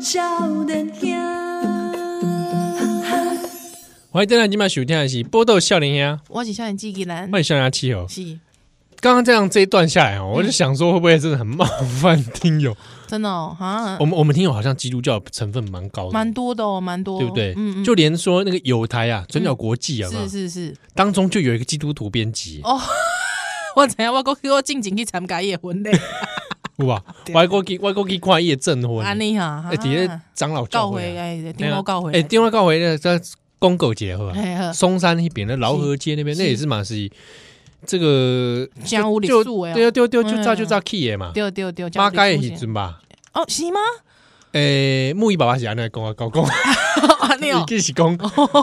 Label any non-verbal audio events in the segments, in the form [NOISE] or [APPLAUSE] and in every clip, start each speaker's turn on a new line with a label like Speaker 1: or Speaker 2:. Speaker 1: 少年兄。
Speaker 2: 欢迎大家今晚收听的是《波豆笑脸呀
Speaker 3: 我是少年纪纪兰》，，
Speaker 2: 啊欢迎笑脸七哦。
Speaker 3: 是
Speaker 2: 刚刚这样这一段下来
Speaker 3: 嗯
Speaker 2: 哦，我就想说会不会真的很冒犯听友？
Speaker 3: 真的哦，哈
Speaker 2: 我，们我们听友好像基督教成分蛮高的，
Speaker 3: 蛮多的哦，蛮多，
Speaker 2: 对不对？
Speaker 3: 嗯嗯，嗯
Speaker 2: 就连说那个友台啊，转角国际啊嘛
Speaker 3: 是，哦是是，
Speaker 2: 当中就有一个基督徒编辑，
Speaker 3: 我知影我讲我进前去参加伊的婚礼，
Speaker 2: 对吧？外国去外国去看夜证婚，
Speaker 3: 安
Speaker 2: 哎，
Speaker 3: 尼啊哈，哈
Speaker 2: 底下长老
Speaker 3: 告
Speaker 2: 教
Speaker 3: 回
Speaker 2: 会啊，
Speaker 3: 来，电话告回来，
Speaker 2: 哎，电话告回那在公狗节后啊，
Speaker 3: 嘿呵，
Speaker 2: 松山那边的劳河街那边，
Speaker 3: 是
Speaker 2: 那也是嘛是这个
Speaker 3: 江湖里
Speaker 2: 就
Speaker 3: 素哎，
Speaker 2: 对啊对啊对啊，就炸
Speaker 3: 嗯
Speaker 2: 就炸 key 的嘛，
Speaker 3: 对对对，
Speaker 2: 妈该
Speaker 3: 也
Speaker 2: 也时阵吧。
Speaker 3: 哦，是
Speaker 2: [LAUGHS]
Speaker 3: 吗？
Speaker 2: 诶，木易爸爸是安尼讲啊，讲讲，
Speaker 3: 安尼哦
Speaker 2: [LAUGHS] 伊，计是讲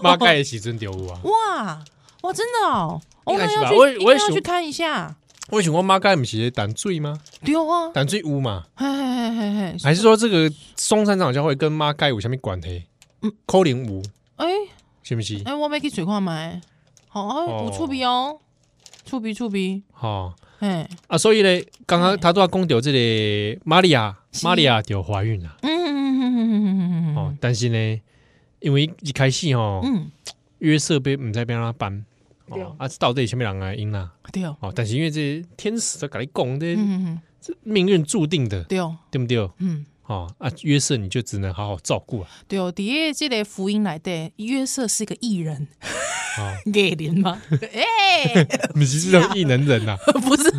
Speaker 2: 妈该的时阵就有啊。
Speaker 3: [LAUGHS] 哇哇，真的哦，哦
Speaker 2: 应该
Speaker 3: 那
Speaker 2: 是
Speaker 3: 要
Speaker 2: 吧
Speaker 3: 去，
Speaker 2: 我也
Speaker 3: 应
Speaker 2: 我也
Speaker 3: 该要
Speaker 2: 想
Speaker 3: 去看一下，
Speaker 2: 我想我妈该毋是咧淡水吗？
Speaker 3: 对啊，
Speaker 2: 淡水有嘛？
Speaker 3: 嘿嘿嘿嘿嘿，
Speaker 2: 还是说这个松山长老教会跟妈该有啥物关系？嗯
Speaker 3: 嗯，
Speaker 2: 扣零五
Speaker 3: 哎
Speaker 2: 是不是？
Speaker 3: 哎，我要去水看麦，好，哎，有
Speaker 2: 哦
Speaker 3: 触鼻哦，触鼻触鼻，
Speaker 2: 哦
Speaker 3: 嘿，
Speaker 2: 啊，所以咧，刚刚他都要讲到这个玛利亚，
Speaker 3: 哎是
Speaker 2: 玛利亚就怀孕了
Speaker 3: 嗯嗯嗯嗯嗯嗯
Speaker 2: 哦
Speaker 3: 嗯。
Speaker 2: 但是呢，因为一开始哦，
Speaker 3: 嗯，
Speaker 2: 约瑟被唔知边让他办
Speaker 3: 对
Speaker 2: 哦，啊，到底下面人来赢啦？
Speaker 3: 对哦，
Speaker 2: 哦，但是因为这天使都跟你讲，这
Speaker 3: 嗯嗯嗯，
Speaker 2: 这命运注定的，
Speaker 3: 对哦，
Speaker 2: 对不对？
Speaker 3: 嗯。
Speaker 2: 哦啊，约瑟你就只能好好照顾啊。
Speaker 3: 对哦，底下这个福音来的约瑟是个艺人，
Speaker 2: 哦，
Speaker 3: [LAUGHS] 艺人吗？哎、
Speaker 2: 你是这种异能人呐、啊，
Speaker 3: 不是，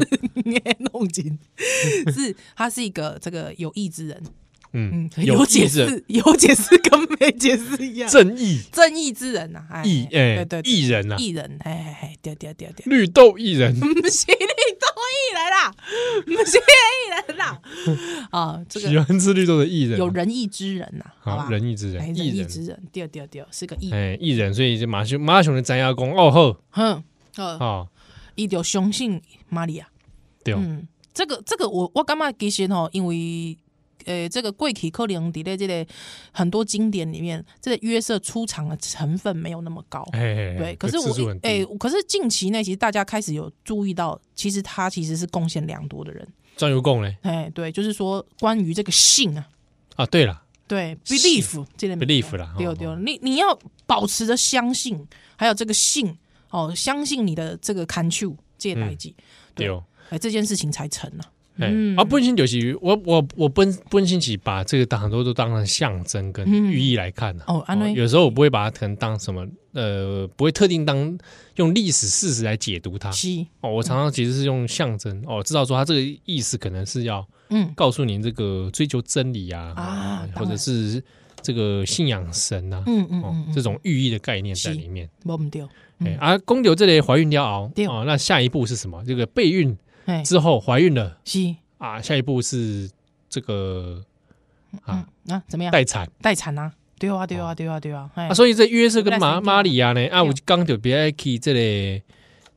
Speaker 3: 你还弄紧，是他是一个这个有意之人，
Speaker 2: 嗯
Speaker 3: 嗯，，有
Speaker 2: 意
Speaker 3: 解
Speaker 2: 志
Speaker 3: 释，有解释跟没解释一样，
Speaker 2: 正义
Speaker 3: 正义之人呐、哎，
Speaker 2: 艺哎
Speaker 3: 对对对
Speaker 2: 艺人呐、啊，
Speaker 3: 艺人，哎哎哎，对对对对，
Speaker 2: 绿豆艺人，
Speaker 3: 不是你都艺人啦，不是艺人啦，啊， [LAUGHS] 这
Speaker 2: 喜
Speaker 3: 个
Speaker 2: 欢吃绿豆的艺人啊，
Speaker 3: 有仁义之人呐、好吧
Speaker 2: 好，仁义之人，
Speaker 3: 哎仁
Speaker 2: 艺
Speaker 3: 义
Speaker 2: 人，
Speaker 3: 之人，对对对，是个艺人。
Speaker 2: 哎，艺人，所以就马熊马熊的斩牙公哦吼
Speaker 3: 哼，呃，
Speaker 2: 哦，
Speaker 3: 伊就相信玛利亚。
Speaker 2: 对，哦
Speaker 3: 嗯，这个这个我我感觉其实吼，因为呃，这个贵体可能伫咧这个很多经典里面，这个约瑟出场的成分没有那么高。
Speaker 2: 哎，
Speaker 3: 对，可是
Speaker 2: 次数
Speaker 3: 我
Speaker 2: 很
Speaker 3: 哎、
Speaker 2: 低，
Speaker 3: 可是近期内其实大家开始有注意到，其实他其实是贡献良多的人。
Speaker 2: 专有供嘞
Speaker 3: 哎、对，就是说关于这个信啊，
Speaker 2: 啊，对了，
Speaker 3: 对
Speaker 2: 信
Speaker 3: ，belief 这类
Speaker 2: belief 啦
Speaker 3: 嗯对
Speaker 2: 哦
Speaker 3: 对
Speaker 2: 哦，
Speaker 3: 你你要保持着相信，还有这个信哦，相信你的这个 can you 这代际，
Speaker 2: 对
Speaker 3: 对，
Speaker 2: 哦，
Speaker 3: 哎，这件事情才成啊。
Speaker 2: 哎，
Speaker 3: 嗯
Speaker 2: 啊，本身就是我我我本本身起把这个当很多都当成象征跟
Speaker 3: 嗯
Speaker 2: 寓意来看啊。
Speaker 3: 哦，安
Speaker 2: 哦
Speaker 3: 慰，
Speaker 2: 有时候我不会把它可能当什么，呃，不会特定当用历史事实来解读它。
Speaker 3: 是，
Speaker 2: 哦，我常常其实是用象征哦，知道说它这个意思可能是要
Speaker 3: 嗯
Speaker 2: 告诉您这个追求真理啊，
Speaker 3: 啊
Speaker 2: 或
Speaker 3: 当
Speaker 2: 者
Speaker 3: 然
Speaker 2: 是这个信仰神啊，
Speaker 3: 嗯嗯
Speaker 2: 哦
Speaker 3: 嗯，，
Speaker 2: 这种寓意的概念在
Speaker 3: 是
Speaker 2: 里面。
Speaker 3: 无唔对，
Speaker 2: 哎、
Speaker 3: 嗯
Speaker 2: 啊，公牛这里怀孕要熬
Speaker 3: 对
Speaker 2: 哦，那下一步是什么？这个备孕
Speaker 3: 哎，
Speaker 2: 之后怀孕了
Speaker 3: 是，
Speaker 2: 啊，下一步是这个
Speaker 3: 嗯
Speaker 2: 啊
Speaker 3: 啊，怎么样？
Speaker 2: 待产
Speaker 3: 待产啊，对啊，对啊，对啊，对啊，哎
Speaker 2: 啊，，所以这约瑟跟玛
Speaker 3: 我不太想听
Speaker 2: 玛利亚呢，啊，
Speaker 3: 对
Speaker 2: 我刚就别爱去这里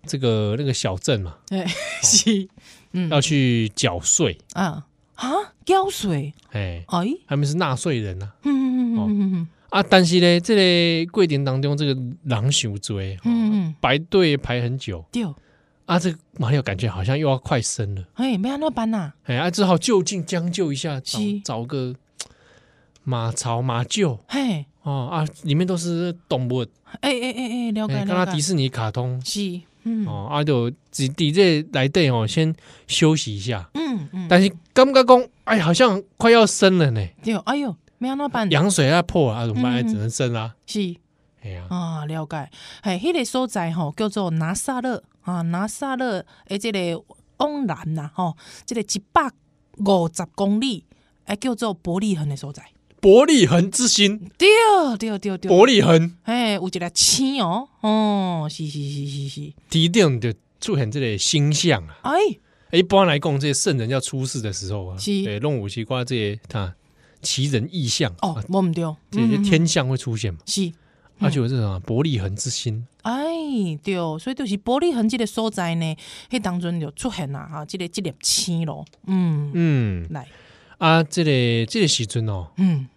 Speaker 2: 这个那个小镇嘛，
Speaker 3: 哎，是，嗯
Speaker 2: 要去缴税，
Speaker 3: 啊啊，胶水，
Speaker 2: 哎，
Speaker 3: 哎，
Speaker 2: 他们是纳税人啊。
Speaker 3: 嗯嗯嗯嗯嗯
Speaker 2: 啊，但是呢，这个过程当中，这个狼熊追，嗯，
Speaker 3: 嗯嗯，
Speaker 2: 排队排很久
Speaker 3: 对，哦
Speaker 2: 啊，这个马里奥感觉好像又要快生了，
Speaker 3: 哎，要安怎办呐？
Speaker 2: 哎，啊，只好就近将就一下，找
Speaker 3: 是
Speaker 2: 找个马槽马厩
Speaker 3: 嘿，
Speaker 2: 哦啊，里面都是动物，
Speaker 3: 哎哎哎哎，了
Speaker 2: 哎，
Speaker 3: 解
Speaker 2: 跟他
Speaker 3: 了
Speaker 2: 迪
Speaker 3: 解，
Speaker 2: 士尼卡通
Speaker 3: 是，嗯
Speaker 2: 哦，啊，就只抵这来对哦，先休息一下，
Speaker 3: 嗯嗯，
Speaker 2: 但是感觉讲，哎，好像快要生了呢，
Speaker 3: 对，哎呦，要安怎办？
Speaker 2: 羊水要破了啊，怎么办？
Speaker 3: 嗯嗯
Speaker 2: 只能生啦，
Speaker 3: 是
Speaker 2: 哎呀，
Speaker 3: 啊，了解。嘿，迄、个所在吼叫做拿撒勒啊，拿撒勒诶，即个往南呐、吼，即、个一百五十公里，诶，叫做伯利恒的所在。
Speaker 2: 伯利恒之心，
Speaker 3: 对对对对，
Speaker 2: 伯利恒。
Speaker 3: 嘿，有一个星哦，哦，是是是是是，
Speaker 2: 一定就出现这类星象啊。
Speaker 3: 哎，
Speaker 2: 一般来讲，这些圣人要出世的时候啊，
Speaker 3: 是
Speaker 2: 对，弄五奇瓜这些啊，奇人异象
Speaker 3: 哦嗯
Speaker 2: 啊，，
Speaker 3: 摸毋对，
Speaker 2: 这些
Speaker 3: 嗯嗯
Speaker 2: 天象会出现嘛。
Speaker 3: 是，
Speaker 2: 而且有这种啊，伯利恒之心，
Speaker 3: 哎，对，所以就是伯利恒即个所在呢，迄当中就出现啦，哈，即、个即粒星咯，嗯，
Speaker 2: 嗯
Speaker 3: 来，
Speaker 2: 啊，这类这个时阵哦，
Speaker 3: 嗯，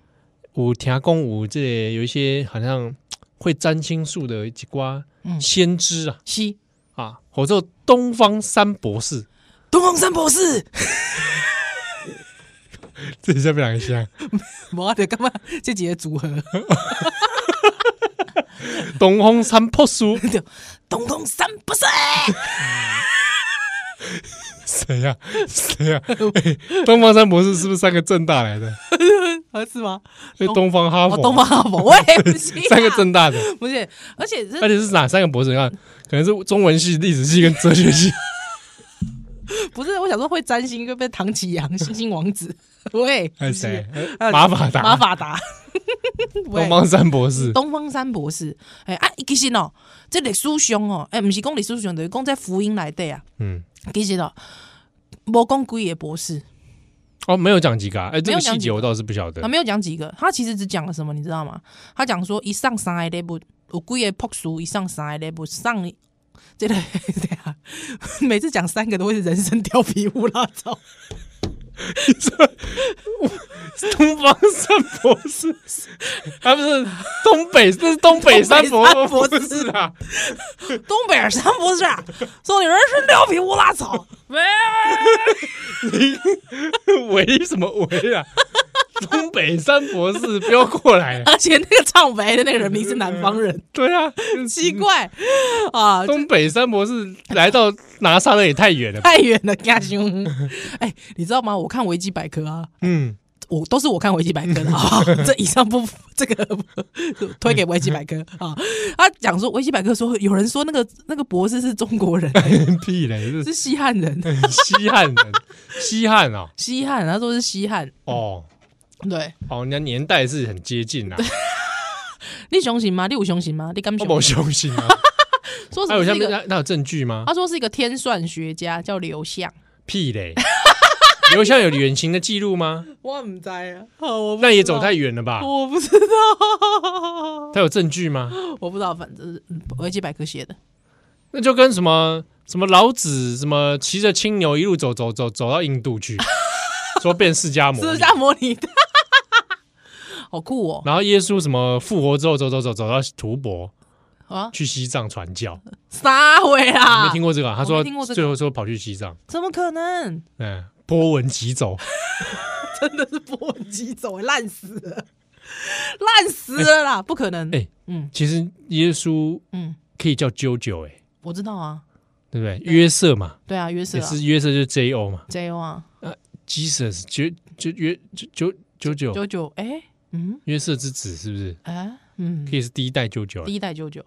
Speaker 2: 有听讲有这个有一些好像嘖会占星术的一瓜
Speaker 3: 嗯
Speaker 2: 先知啊
Speaker 3: 是
Speaker 2: 啊，或者东方三博士，
Speaker 3: 东方三博士。
Speaker 2: [LAUGHS] 这下面两个像
Speaker 3: [LAUGHS] 无啊，就感觉这几个组合， [LAUGHS]
Speaker 2: 东风三破树，
Speaker 3: 对，东东三不是，
Speaker 2: 谁呀、 [LAUGHS] 谁
Speaker 3: [LAUGHS]
Speaker 2: 呀、哎东方三博士是不是三个正大来的？
Speaker 3: 合适 [LAUGHS] 吗？
Speaker 2: 就东方哈
Speaker 3: 哦，
Speaker 2: 佛，
Speaker 3: 东方哈佛，喂，不是
Speaker 2: 啊 [LAUGHS] 三个正大的，
Speaker 3: 不是，而且呃
Speaker 2: 而
Speaker 3: 是
Speaker 2: 且是哪三个博士？你看，可能是中文系、历史系跟哲学
Speaker 3: [LAUGHS]
Speaker 2: 系。
Speaker 3: 不是？我想说会占星，会被唐启
Speaker 2: [LAUGHS]
Speaker 3: 阳、星星王子，喂，
Speaker 2: 还有哎谁？
Speaker 3: 还有
Speaker 2: 马法达、
Speaker 3: 呃马
Speaker 2: [LAUGHS]
Speaker 3: 法达，
Speaker 2: 东方三博士，
Speaker 3: 东方三博士，哎、啊，其实哦，这历史上哦，哎、毋是讲历史上，就是讲在福音内底啊，
Speaker 2: 嗯，
Speaker 3: 其实哦，无讲几个博士，
Speaker 2: 哦，没有讲几个啊，哎，这
Speaker 3: 没有
Speaker 2: 个
Speaker 3: 讲
Speaker 2: 细
Speaker 3: 几
Speaker 2: 节
Speaker 3: 个
Speaker 2: 我倒是不晓得
Speaker 3: 他。没有讲几个，他其实只讲了什么，你知道吗？他讲说，以上三个 level，有几个朴素，以上三个 level 上。这个 [LAUGHS] 对啊，每次讲三个都会是人生貂皮乌拉草，
Speaker 2: [LAUGHS] 东方三博士， [LAUGHS] 他不是东北，这是东北三博
Speaker 3: 东北三博士
Speaker 2: 士啊！
Speaker 3: 东北儿三博士啊，说你人生貂皮乌拉草，喂， [LAUGHS]
Speaker 2: [LAUGHS] 喂什么喂啊？东北三博士不要过来！
Speaker 3: 而且那个唱白的那个人名是南方人，
Speaker 2: 对啊，
Speaker 3: 奇怪啊，
Speaker 2: 东北三博士来到拿撒勒也太远了吧。
Speaker 3: 太远了，家兄。哎，你知道吗？我看维基百科啊，
Speaker 2: 嗯，
Speaker 3: 我都是我看维基百科的啊。这以上不这个 [LAUGHS] 推给维基百科啊。他讲说维基百科说，有人说那个那个博士是中国人，
Speaker 2: 屁嘞，这是
Speaker 3: 是西汉人，
Speaker 2: 西汉人， [LAUGHS] 西汉啊，
Speaker 3: 西汉，他说是西汉。
Speaker 2: 哦，
Speaker 3: 对，
Speaker 2: 哦，人家年代是很接近
Speaker 3: [LAUGHS]
Speaker 2: 啊，
Speaker 3: 你雄心吗？你有雄心吗？你敢不
Speaker 2: 我哎
Speaker 3: 雄
Speaker 2: 没？雄心
Speaker 3: [LAUGHS]
Speaker 2: 啊。
Speaker 3: 说什
Speaker 2: 还有
Speaker 3: 么
Speaker 2: 下
Speaker 3: 是一
Speaker 2: 面
Speaker 3: 个？
Speaker 2: 那那有证据吗？
Speaker 3: 他说是一个天算学家，叫刘向。
Speaker 2: 屁嘞！刘向有远行的记录吗？
Speaker 3: 我唔知啊， [LAUGHS] 我
Speaker 2: 那也走太远了吧？
Speaker 3: 我不知道，
Speaker 2: 他有证据吗？
Speaker 3: [LAUGHS] 我不知道，反正是嗯维基百科写的。
Speaker 2: 那就跟什么什么老子什么骑着青牛一路走走走走到印度
Speaker 3: [LAUGHS]
Speaker 2: 去，说变释迦摩尼，
Speaker 3: 是下模拟的， [LAUGHS] 好酷哦！
Speaker 2: 然后耶稣什么复活之后走走走走到吐蕃
Speaker 3: 啊，
Speaker 2: 去西藏传教，
Speaker 3: 撒回
Speaker 2: 你
Speaker 3: 啦
Speaker 2: 没听，过这个啊？他说
Speaker 3: 没听过这个
Speaker 2: 最后说跑去西藏，
Speaker 3: 怎么可能？
Speaker 2: 嗯，波纹急走，
Speaker 3: 真的是波及走，烂死了，烂死了啦！不可能。
Speaker 2: 哎
Speaker 3: 嗯
Speaker 2: 其实耶稣
Speaker 3: 嗯，
Speaker 2: 可以叫啾啾，哎，
Speaker 3: 我知道啊，
Speaker 2: 对不对？约瑟嘛，
Speaker 3: 对啊，约瑟
Speaker 2: 也
Speaker 3: 啊
Speaker 2: 是约瑟就是 J O 嘛
Speaker 3: J O 啊，
Speaker 2: ，Jesus 就就约就就九九
Speaker 3: 九九，哎，嗯，
Speaker 2: 约瑟之子是不是？
Speaker 3: 哎，嗯
Speaker 2: 可，以是第一代舅舅
Speaker 3: 第一代九九。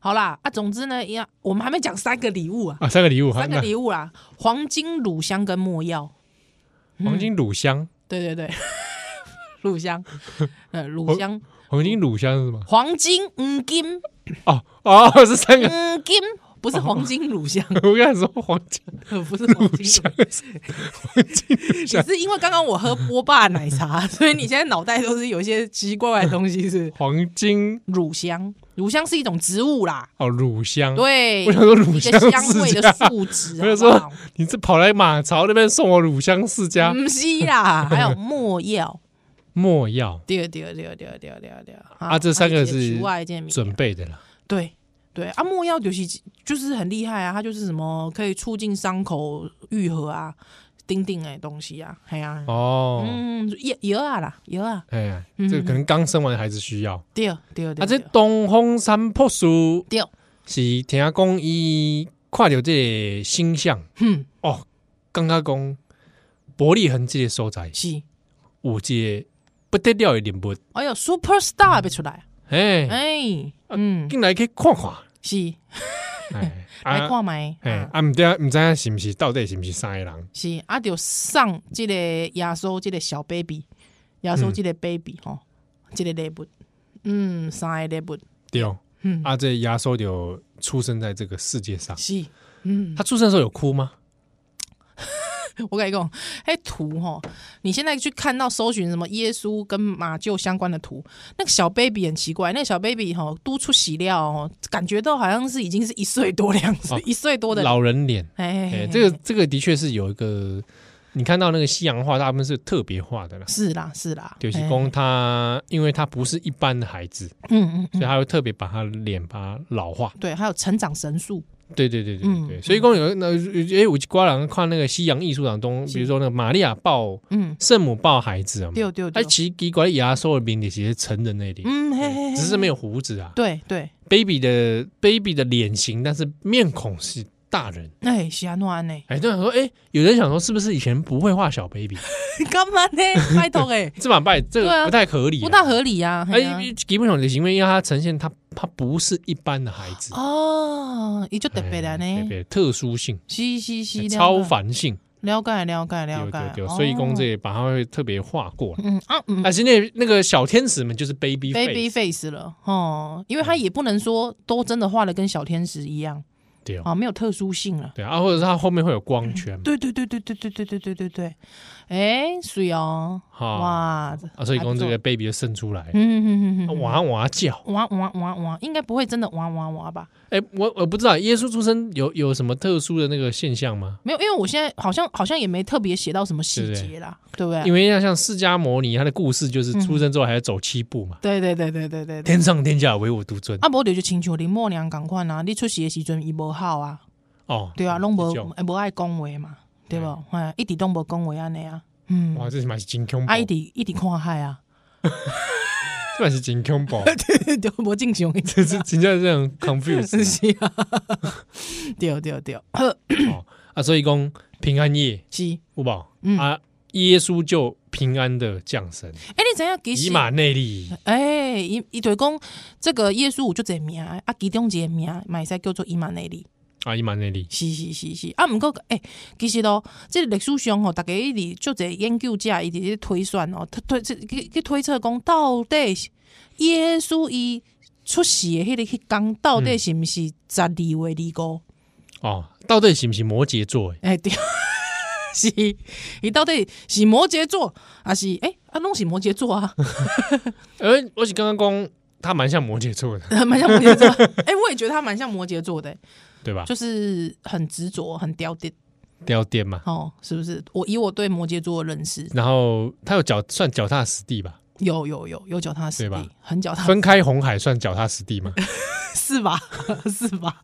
Speaker 3: 好啦，啊，总之呢，一样，我们还没讲三个礼物啊，
Speaker 2: 啊，三个礼物，
Speaker 3: 三
Speaker 2: 那
Speaker 3: 个礼物啦，黄金、乳香跟墨药。
Speaker 2: 黄金乳香，
Speaker 3: 对对对， [LAUGHS]
Speaker 2: [LAUGHS]
Speaker 3: 乳香，呃，乳
Speaker 2: 黄
Speaker 3: 香，
Speaker 2: 黄金乳香是什么？
Speaker 3: 黄金、黄金。
Speaker 2: 哦哦，是三个。
Speaker 3: 嗯，金不
Speaker 2: 哦
Speaker 3: 是黄金乳香，
Speaker 2: 我刚才说黄金
Speaker 3: 不是
Speaker 2: 乳
Speaker 3: 黄金乳香
Speaker 2: 香，，黄金乳
Speaker 3: 只
Speaker 2: 香，
Speaker 3: 是因为刚刚我喝波霸奶茶，所以你现在脑袋都是有一些奇奇怪怪的东西是。
Speaker 2: 黄金
Speaker 3: 乳香，乳香是一种植物啦，
Speaker 2: 哦，乳香。，
Speaker 3: 对，
Speaker 2: 我想说乳
Speaker 3: 一
Speaker 2: 香
Speaker 3: 个香味
Speaker 2: 世
Speaker 3: 的
Speaker 2: 家，
Speaker 3: 树脂。
Speaker 2: 我想
Speaker 3: 好不好
Speaker 2: 说你这跑来马槽那边送我乳香世家
Speaker 3: 不是啦，还有墨药，
Speaker 2: 墨药
Speaker 3: 对对对对对对对。
Speaker 2: 啊这三个是
Speaker 3: 外见
Speaker 2: 准备的啦。
Speaker 3: 对对啊，墨药就是就是很厉害啊，它就是什么可以促进伤口愈合啊，丁丁哎东西啊，哎呀、
Speaker 2: 哦，
Speaker 3: 嗯，药药啊啦，药啊，
Speaker 2: 哎呀，
Speaker 3: 嗯
Speaker 2: 这个可能刚生完孩子需要。
Speaker 3: 对对对，
Speaker 2: 啊，这
Speaker 3: 对
Speaker 2: 东风三破树
Speaker 3: 对，
Speaker 2: 是听讲伊看到这个星象
Speaker 3: 哼，
Speaker 2: 哦，刚刚讲伯利恒这个所在
Speaker 3: 是，
Speaker 2: 有一个不得了的人物，
Speaker 3: 哎呦，super star 别出来，啊
Speaker 2: 哎，
Speaker 3: 哎，嗯，
Speaker 2: 进来去看看。
Speaker 3: 是，
Speaker 2: 哎，
Speaker 3: 来
Speaker 2: 啊，
Speaker 3: 看麦，
Speaker 2: 哎
Speaker 3: 啊，
Speaker 2: 啊，毋知毋知影是毋是到底是毋是三个人？
Speaker 3: 是，啊，就上这个耶稣这个小 baby，耶稣
Speaker 2: 嗯
Speaker 3: 这个 baby 吼，这个礼物，嗯，三个礼物，
Speaker 2: 对，
Speaker 3: 嗯，
Speaker 2: 啊，这亚索就出生在这个世界上。
Speaker 3: 是，嗯，
Speaker 2: 他出生的时候有哭吗？
Speaker 3: 我跟你讲，哎，图吼，你现在去看到搜寻什么耶稣跟马厩相关的图，那个小 baby 很奇怪，那个小 baby 吼，都出喜料哦，感觉到好像是已经是一岁多的样子
Speaker 2: 哦，
Speaker 3: 一岁多的，
Speaker 2: 老人脸，
Speaker 3: 哎
Speaker 2: 哎，这个这个的确是有一个，你看到那个西洋画，大部分是特别画的啦。
Speaker 3: 是啦，是啦，
Speaker 2: 柳
Speaker 3: 哎
Speaker 2: 西公他，因为他不是一般的孩子，
Speaker 3: 嗯嗯
Speaker 2: 所以
Speaker 3: 嗯，
Speaker 2: 他会特别把他脸把它老化。
Speaker 3: 对，还有成长神速，
Speaker 2: 对对对对对对，
Speaker 3: 嗯
Speaker 2: 所以讲有那诶，我瓜人看那个西洋艺术当中，
Speaker 3: 是
Speaker 2: 比如说那个玛利亚抱
Speaker 3: 嗯，
Speaker 2: 圣母抱孩子啊嘛，
Speaker 3: 对对
Speaker 2: 哎，
Speaker 3: 对，
Speaker 2: 其实奇怪亚兽的名字其实成人那里，
Speaker 3: 嗯嘿嘿嘿，
Speaker 2: 只是没有胡子啊。
Speaker 3: 对对，
Speaker 2: baby 的 baby 的脸型，但是面孔是大人。
Speaker 3: 哎，是安怎安尼？
Speaker 2: 哎，就想说，哎，有人想说，是不是以前不会画小 baby？
Speaker 3: [LAUGHS]
Speaker 2: [LAUGHS]
Speaker 3: 干嘛呢？拜托哎，
Speaker 2: 这晚拜这
Speaker 3: 对
Speaker 2: 个
Speaker 3: 啊
Speaker 2: 不太合理、
Speaker 3: 不大。合理呀。嘿啊
Speaker 2: 哎，吉本雄的行为让他呈现他他不是一般的孩子，
Speaker 3: 哦，伊就特别的
Speaker 2: 哎特
Speaker 3: 呢，
Speaker 2: 别特殊性、
Speaker 3: 是是是，了解
Speaker 2: 超凡性，
Speaker 3: 了解了解
Speaker 2: 对
Speaker 3: 了
Speaker 2: 对
Speaker 3: 解
Speaker 2: 对，，所以公
Speaker 3: 哦
Speaker 2: 这，也把它会特别画过来。
Speaker 3: 嗯啊嗯
Speaker 2: 但是那那个小天使们就是 baby
Speaker 3: ，baby
Speaker 2: face，
Speaker 3: face 了哦，因为他也不能说都真的画的跟小天使一样
Speaker 2: 对哦，
Speaker 3: 啊，没有特殊性了。
Speaker 2: 对啊，或者是他后面会有光圈嘛，
Speaker 3: 对对对对对对对对对对对，哎，水哦，
Speaker 2: 哈
Speaker 3: 哇，
Speaker 2: 啊，所以
Speaker 3: 还
Speaker 2: 公
Speaker 3: 不
Speaker 2: 这
Speaker 3: 错
Speaker 2: 个 baby 就生出来，
Speaker 3: 嗯嗯嗯嗯
Speaker 2: 啊
Speaker 3: 嗯，
Speaker 2: 哇哇叫。
Speaker 3: 哇哇哇哇，应该不会真的哇哇哇吧？
Speaker 2: 哎、我我不知道耶稣出生有有什么特殊的那个现象吗？
Speaker 3: 没有，因为我现在好像好像也没特别写到什么细节啦，对不对？
Speaker 2: 因
Speaker 3: 为
Speaker 2: 为像像释迦摩尼他的故事就是出
Speaker 3: 嗯
Speaker 2: 生之后还要走七步嘛，
Speaker 3: 对对对对对对对。
Speaker 2: 天上天下唯我独尊、
Speaker 3: 啊，无就就亲像林默娘共款啊，你出席的时阵伊无好啊，
Speaker 2: 哦，
Speaker 3: 对啊，拢无
Speaker 2: 这种嗯
Speaker 3: 无爱讲话嘛，对无？哎，一直拢无讲话安尼啊，嗯，
Speaker 2: 哇，这是蛮是真恐怖，
Speaker 3: 啊一直一直看海啊， [LAUGHS]
Speaker 2: 这蛮是真恐怖，
Speaker 3: 对，啊无正常，
Speaker 2: 这是真正这种
Speaker 3: 是
Speaker 2: confuse
Speaker 3: [LAUGHS] 是啊，对对对，呵
Speaker 2: 啊，所以讲平安夜，
Speaker 3: 是，
Speaker 2: 不宝、
Speaker 3: 嗯
Speaker 2: 啊，耶稣就平安的降生，
Speaker 3: 哎，你知影其
Speaker 2: 以
Speaker 3: 实
Speaker 2: 马内利，
Speaker 3: 哎，伊伊就讲这个耶稣有就这名的，啊，其中一个名嘛会使叫做伊玛内利，
Speaker 2: 啊，以马内利，
Speaker 3: 是是是是，啊，毋过哎，其实咯，这个历史上吼，大家一直就这研究者一直咧推算哦，推推这去去推测讲到底是耶稣伊出世的迄个迄天到底是毋是十二月二五？
Speaker 2: 哦，到底是不是摩羯座的？
Speaker 3: 哎、对。 [LAUGHS] 是，伊到底是摩羯座，还是哎、啊，拢是摩羯座啊， [LAUGHS]
Speaker 2: 而、我是刚刚讲他蛮像摩羯座的，
Speaker 3: 蛮像摩羯座。 [LAUGHS] 哎、我也觉得他蛮像摩羯座的、
Speaker 2: 对吧？
Speaker 3: 就是很执着、很刁定
Speaker 2: 掉电嘛。
Speaker 3: 哦，是不是？我以我对摩羯座的认识，
Speaker 2: 然后他有脚算脚踏实地吧？
Speaker 3: 有有有有脚踏实
Speaker 2: 对吧
Speaker 3: 地，很脚踏
Speaker 2: 分开红海算脚踏实地
Speaker 3: [LAUGHS]
Speaker 2: 吗？
Speaker 3: 是吧？ [LAUGHS] 是吧？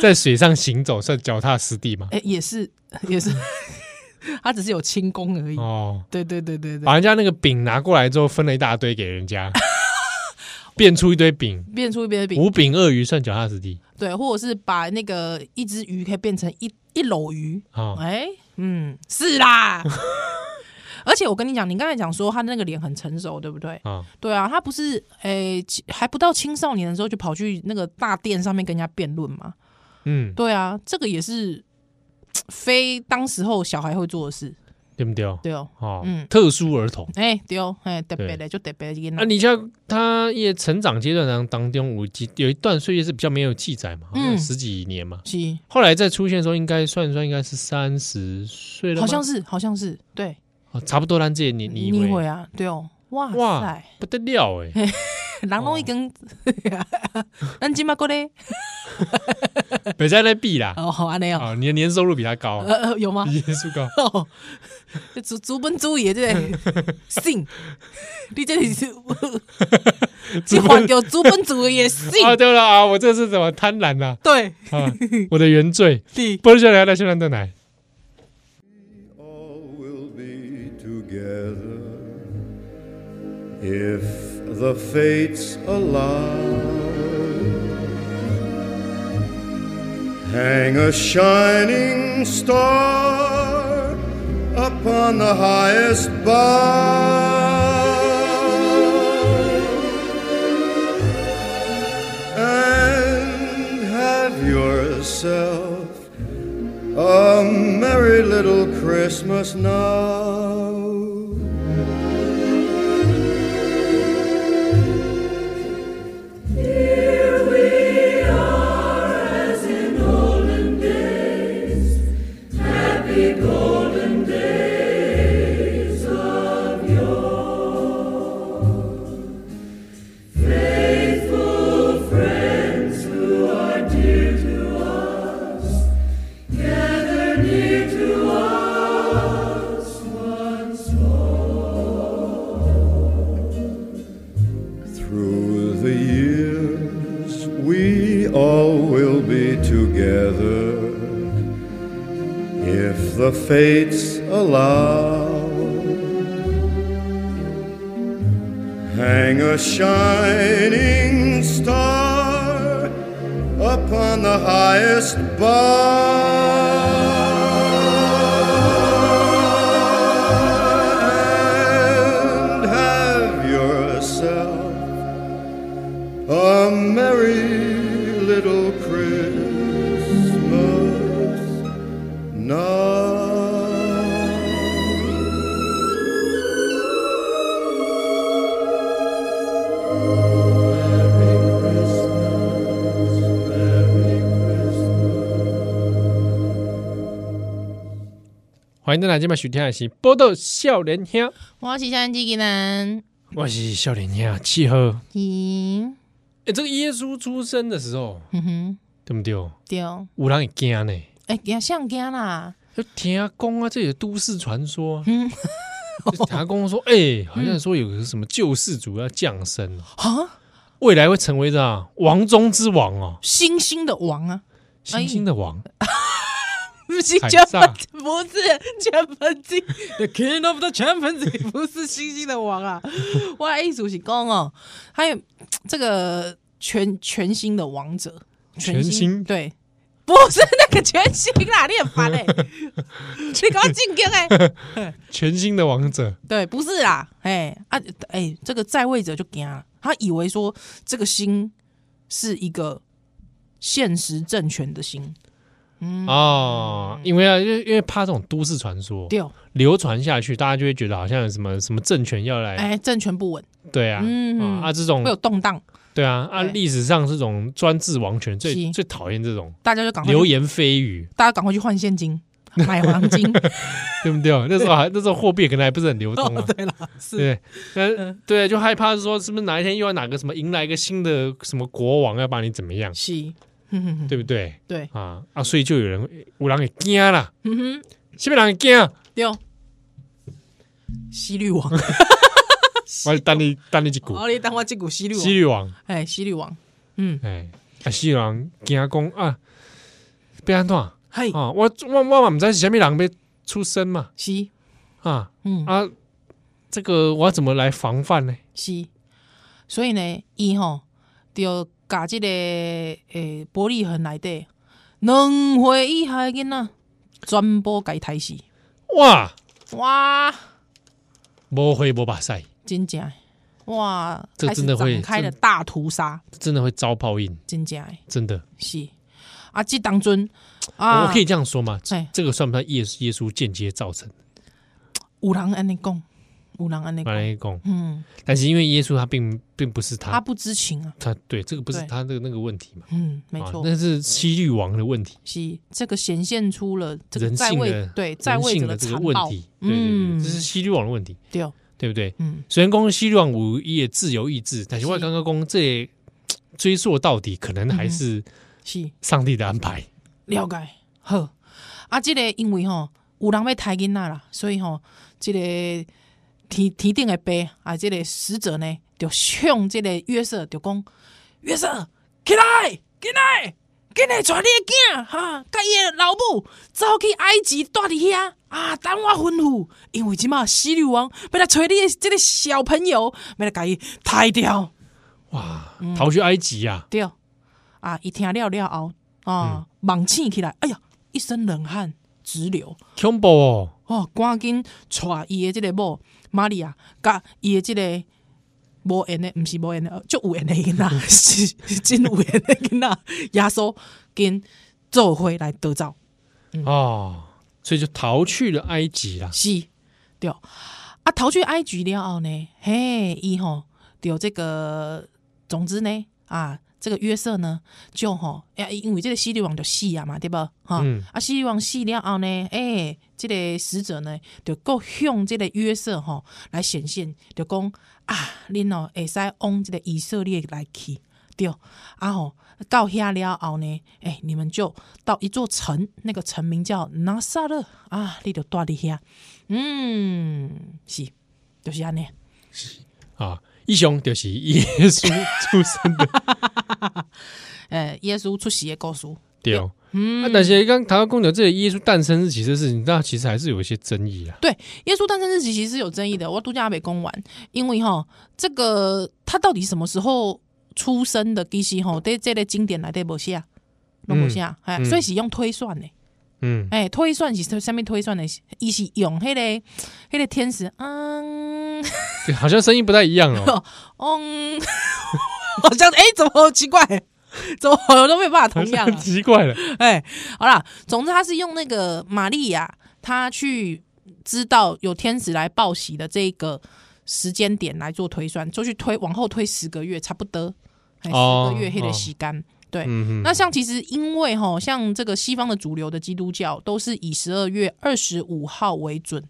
Speaker 2: 在水上行走算脚踏实地吗？
Speaker 3: 哎、也是也是，他只是有轻功而已。
Speaker 2: 哦，
Speaker 3: 对对对对对
Speaker 2: 把，人家那个饼拿过来之后，分了一大堆给人
Speaker 3: [LAUGHS]
Speaker 2: 家，变出一堆饼，
Speaker 3: 变出一边的饼，
Speaker 2: 五饼鳄鱼算脚踏实地
Speaker 3: 对，或者是把那个一只鱼可以变成一一篓鱼，
Speaker 2: 啊、哦？
Speaker 3: 哎、嗯，
Speaker 2: [LAUGHS]
Speaker 3: 是啦。而且我跟你讲，你刚才讲说他那个脸很成熟，对不对？
Speaker 2: 啊、
Speaker 3: 对啊，他不是诶、其还不到青少年的时候就跑去那个大殿上面跟人家辩论嘛？
Speaker 2: 嗯，
Speaker 3: 对啊，这个也是非当时候小孩会做的事，
Speaker 2: 对不对？哦，
Speaker 3: 对哦，嗯
Speaker 2: 特殊儿童。
Speaker 3: 哎、对哦，哎、特别的就特别的
Speaker 2: 啊，
Speaker 3: 囡仔，
Speaker 2: 你像他也成长阶段当当中，有几有一段岁月是比较没有记载嘛，好像有
Speaker 3: 嗯
Speaker 2: 十几年嘛。
Speaker 3: 是，
Speaker 2: 后来再出现的时候，应该算一算应该是三十岁了吗，
Speaker 3: 好像是，好像是，对，
Speaker 2: 哦差不多咱这个年
Speaker 3: 你
Speaker 2: 年
Speaker 3: 会
Speaker 2: 会
Speaker 3: 啊，对哦，哇
Speaker 2: 哇
Speaker 3: 塞，
Speaker 2: 不得了哎、
Speaker 3: 人拢已经，哦 [LAUGHS] 咱今嘛过咧，
Speaker 2: 北在那避啦。
Speaker 3: [LAUGHS] 哦，好安尼哦，
Speaker 2: 啊，你的年收入比他高，啊
Speaker 3: 呃呃，有吗
Speaker 2: [LAUGHS] 比？耶稣高。
Speaker 3: 哦， [LAUGHS] 这资资本主义的这 [LAUGHS] 个性，你这 [LAUGHS] 里是，你还掉资本主义的性，
Speaker 2: 啊，对了啊，我这是怎么贪婪呐、
Speaker 3: [LAUGHS] 对，
Speaker 2: 啊？
Speaker 3: [LAUGHS]
Speaker 2: 我的原罪，
Speaker 3: 对。
Speaker 2: 波多少年来修兰的奶，
Speaker 1: all will be together if the fates allow. Hang a shining star upon the highest bough and have yourself a merry little Christmas now.
Speaker 4: Here we are as in olden days, happy golden days of yore. Faithful friends who are dear to us, gather near to us
Speaker 1: together if the fates allow. Hang a shining star upon the highest bar. And have yourself a merry little Christmas now.
Speaker 2: 欢迎再来今晚收听的是《波豆笑脸兄》，
Speaker 3: 我是相机技能，
Speaker 2: 我是笑脸兄契合。
Speaker 3: 咦，
Speaker 2: 哎，这个耶稣出生的时候，
Speaker 3: 嗯哼嗯哼，
Speaker 2: 对不对？
Speaker 3: 对，哦
Speaker 2: 有人会惊呢，
Speaker 3: 哎、欸，像惊啦，
Speaker 2: 就听公啊，这里的都市传说啊。
Speaker 3: 嗯
Speaker 2: [LAUGHS] 就听公说，哎、好像说有个什么救世主要降生哦，
Speaker 3: 啊，
Speaker 2: 未来会成为这样王中之王哦，
Speaker 3: 星星的王啊，
Speaker 2: 星星的王。
Speaker 3: 不是
Speaker 2: 凯
Speaker 3: 全
Speaker 2: 撒
Speaker 3: 本，不是全本金，The King of the 全本金， [LAUGHS] 不是星星的王 [LAUGHS] 啊！我的意思是讲哦，还有这个全全新的王者，全
Speaker 2: 全新
Speaker 3: 对，不是那个全新 [LAUGHS] 啦，你很烦嘞、你搞进京哎， [LAUGHS]
Speaker 2: 全新的王者，
Speaker 3: 对，不是啦，哎、啊哎、这个在位者就惊了，他以为说这个星是一个现实政权的星，嗯
Speaker 2: 哦，因为啊，因为因为怕这种都市传说
Speaker 3: 对，哦
Speaker 2: 流传下去，大家就会觉得好像有什么什么政权要来，
Speaker 3: 哎、政权不稳，
Speaker 2: 对啊，
Speaker 3: 嗯
Speaker 2: 啊啊这种
Speaker 3: 会有动荡。
Speaker 2: 对啊啊，
Speaker 3: 对
Speaker 2: 历史上这种专制王权最
Speaker 3: 是
Speaker 2: 最讨厌这种
Speaker 3: 大家就赶快去
Speaker 2: 流言蜚语，
Speaker 3: 大家赶快去换现金，买黄
Speaker 2: [LAUGHS]
Speaker 3: 金。
Speaker 2: 对
Speaker 3: [LAUGHS]
Speaker 2: 不对？那时候还那时候货币可能还不是很流通啊，
Speaker 3: 哦对啦，是嗯
Speaker 2: 对，但对就害怕说是不是哪一天又要哪个什么迎来一个新的什么国王要把你怎么样，
Speaker 3: 是， [LAUGHS] 哼哼哼
Speaker 2: 对不对
Speaker 3: 对，
Speaker 2: 啊啊？所以就有人有人给惊啦，
Speaker 3: 嗯哼，
Speaker 2: 是不是人给惊？
Speaker 3: 对，西律王，
Speaker 2: 我等你等你一股
Speaker 3: 哦，你等我这股西律
Speaker 2: 西律
Speaker 3: 王，
Speaker 2: 王。
Speaker 3: 哎，西律王，嗯，
Speaker 2: 哎，啊，死人惊讲啊，要安怎啊？
Speaker 3: 嘿，
Speaker 2: 我我我嘛毋知是啥物人要出生嘛
Speaker 3: 西，
Speaker 2: 啊
Speaker 3: 嗯，
Speaker 2: 啊，这个我要怎么来防范呢？
Speaker 3: 西，所以呢，伊吼，就甲这个诶伯利恒内底两岁以下的囡仔，全部改台死，
Speaker 2: 哇，
Speaker 3: 哇，
Speaker 2: 无灰无白晒，
Speaker 3: 真正的，哇，
Speaker 2: 这
Speaker 3: 开始
Speaker 2: 真的会
Speaker 3: 展开了
Speaker 2: 这
Speaker 3: 大屠杀，
Speaker 2: 真的会遭报应，
Speaker 3: 真正的。
Speaker 2: 真的。
Speaker 3: 是啊，这当中啊，
Speaker 2: 我可以这样说嘛？这
Speaker 3: 哎
Speaker 2: 这个算不算耶稣耶稣间接造成的？
Speaker 3: 有人安尼讲，有人安尼
Speaker 2: 马
Speaker 3: 讲，
Speaker 2: 来讲，
Speaker 3: 嗯，
Speaker 2: 但是因为耶稣他并并不是
Speaker 3: 他
Speaker 2: 哎他
Speaker 3: 不知情啊，
Speaker 2: 他对这个不是
Speaker 3: 对
Speaker 2: 他的那个问题嘛？
Speaker 3: 嗯，没
Speaker 2: 啊
Speaker 3: 错，
Speaker 2: 那是西律王的问题，
Speaker 3: 是这个显现出了这个
Speaker 2: 人
Speaker 3: 在
Speaker 2: 性的
Speaker 3: 位对在
Speaker 2: 人
Speaker 3: 位
Speaker 2: 性
Speaker 3: 者
Speaker 2: 的这个
Speaker 3: 残
Speaker 2: 问
Speaker 3: 暴，
Speaker 2: 题，对对对，
Speaker 3: 嗯
Speaker 2: 这，是西律王的问题，
Speaker 3: 对，
Speaker 2: 对不对？
Speaker 3: 嗯，
Speaker 2: 虽然讲希望有伊的自由意志，但是
Speaker 3: 是
Speaker 2: 我刚刚讲这也追溯到底，可能还
Speaker 3: 嗯
Speaker 2: 是
Speaker 3: 是
Speaker 2: 上帝的安排。
Speaker 3: 嗯了解，好啊，这个因为吼有人要抬囡仔啦，所以吼这个天天顶的碑啊，这个使者呢就向这个约瑟就讲，约瑟起来，起来。紧来带你的囝哈，甲伊的老母走去埃及住伫遐啊，等我吩咐，因为即马西律王要来找你的即个小朋友，要来甲伊杀掉，
Speaker 2: 哇，
Speaker 3: 嗯
Speaker 2: 逃去埃及啊！
Speaker 3: 对啊，伊听了了后啊，猛醒起来，哎呀，一身冷汗直流，
Speaker 2: 恐怖哦！
Speaker 3: 哦，赶紧带伊的即个某玛利亚，甲啊伊的即个无哦缘的，毋是无缘的， [LAUGHS] 就有缘的囡仔，是是真有缘的囡 [LAUGHS] 仔，耶稣跟做伙来得走。嗯
Speaker 2: 哦，所以就逃去了埃及啦。
Speaker 3: 是，对。啊，逃去埃及了后呢，嘿，伊吼，对这个，总之呢，啊，这个约瑟呢，就吼，哎，因为这个希律王就死啊嘛，对不？哈、
Speaker 2: 嗯
Speaker 3: 啊，希律王死了后呢，哎、这个使者呢，就够向这个约瑟吼、来显现，就讲啊，恁哦会使往这个以色列来去，对。啊吼，到遐了后呢，哎、你们就到一座城，那个城名叫拿撒勒啊，你就住伫遐。嗯，是，就是安尼。
Speaker 2: 啊，一雄就是
Speaker 3: [LAUGHS]
Speaker 2: 耶稣出生的，
Speaker 3: 呃，耶稣出世的故事，
Speaker 2: 对哦。嗯、啊，但是刚谈到公牛，这里耶稣诞生日期这事情，那其实还是有一些争议啊。
Speaker 3: 对，耶稣诞生日期其实是有争议的，我度假北公完，因为哈，这个他到底什么时候出生的，其实哈，对这类经典来对不下，弄不下，哎、
Speaker 2: 嗯
Speaker 3: 所以是用推算的，
Speaker 2: 嗯，
Speaker 3: [LAUGHS] 哎、推算是上面推算的，伊是用迄、个迄、个天使，嗯，
Speaker 2: 对好像声音不太一样哦。
Speaker 3: 嗯， [LAUGHS] 好像哎、怎么奇怪， [LAUGHS] 怎么我都没有办法同样、
Speaker 2: 很
Speaker 3: 啊，
Speaker 2: [LAUGHS] 奇怪了，
Speaker 3: 哎，好啦，总之他是用那个玛利亚，他去知道有天使来报喜的这个时间点来做推算，就去推往后推十个月，差不多，哎，
Speaker 2: 哦
Speaker 3: 十个月黑
Speaker 2: 哦
Speaker 3: 的洗干。对，
Speaker 2: 嗯
Speaker 3: 那像其实因为哈，像这个西方的主流的基督教都是以十二月二十五号为准，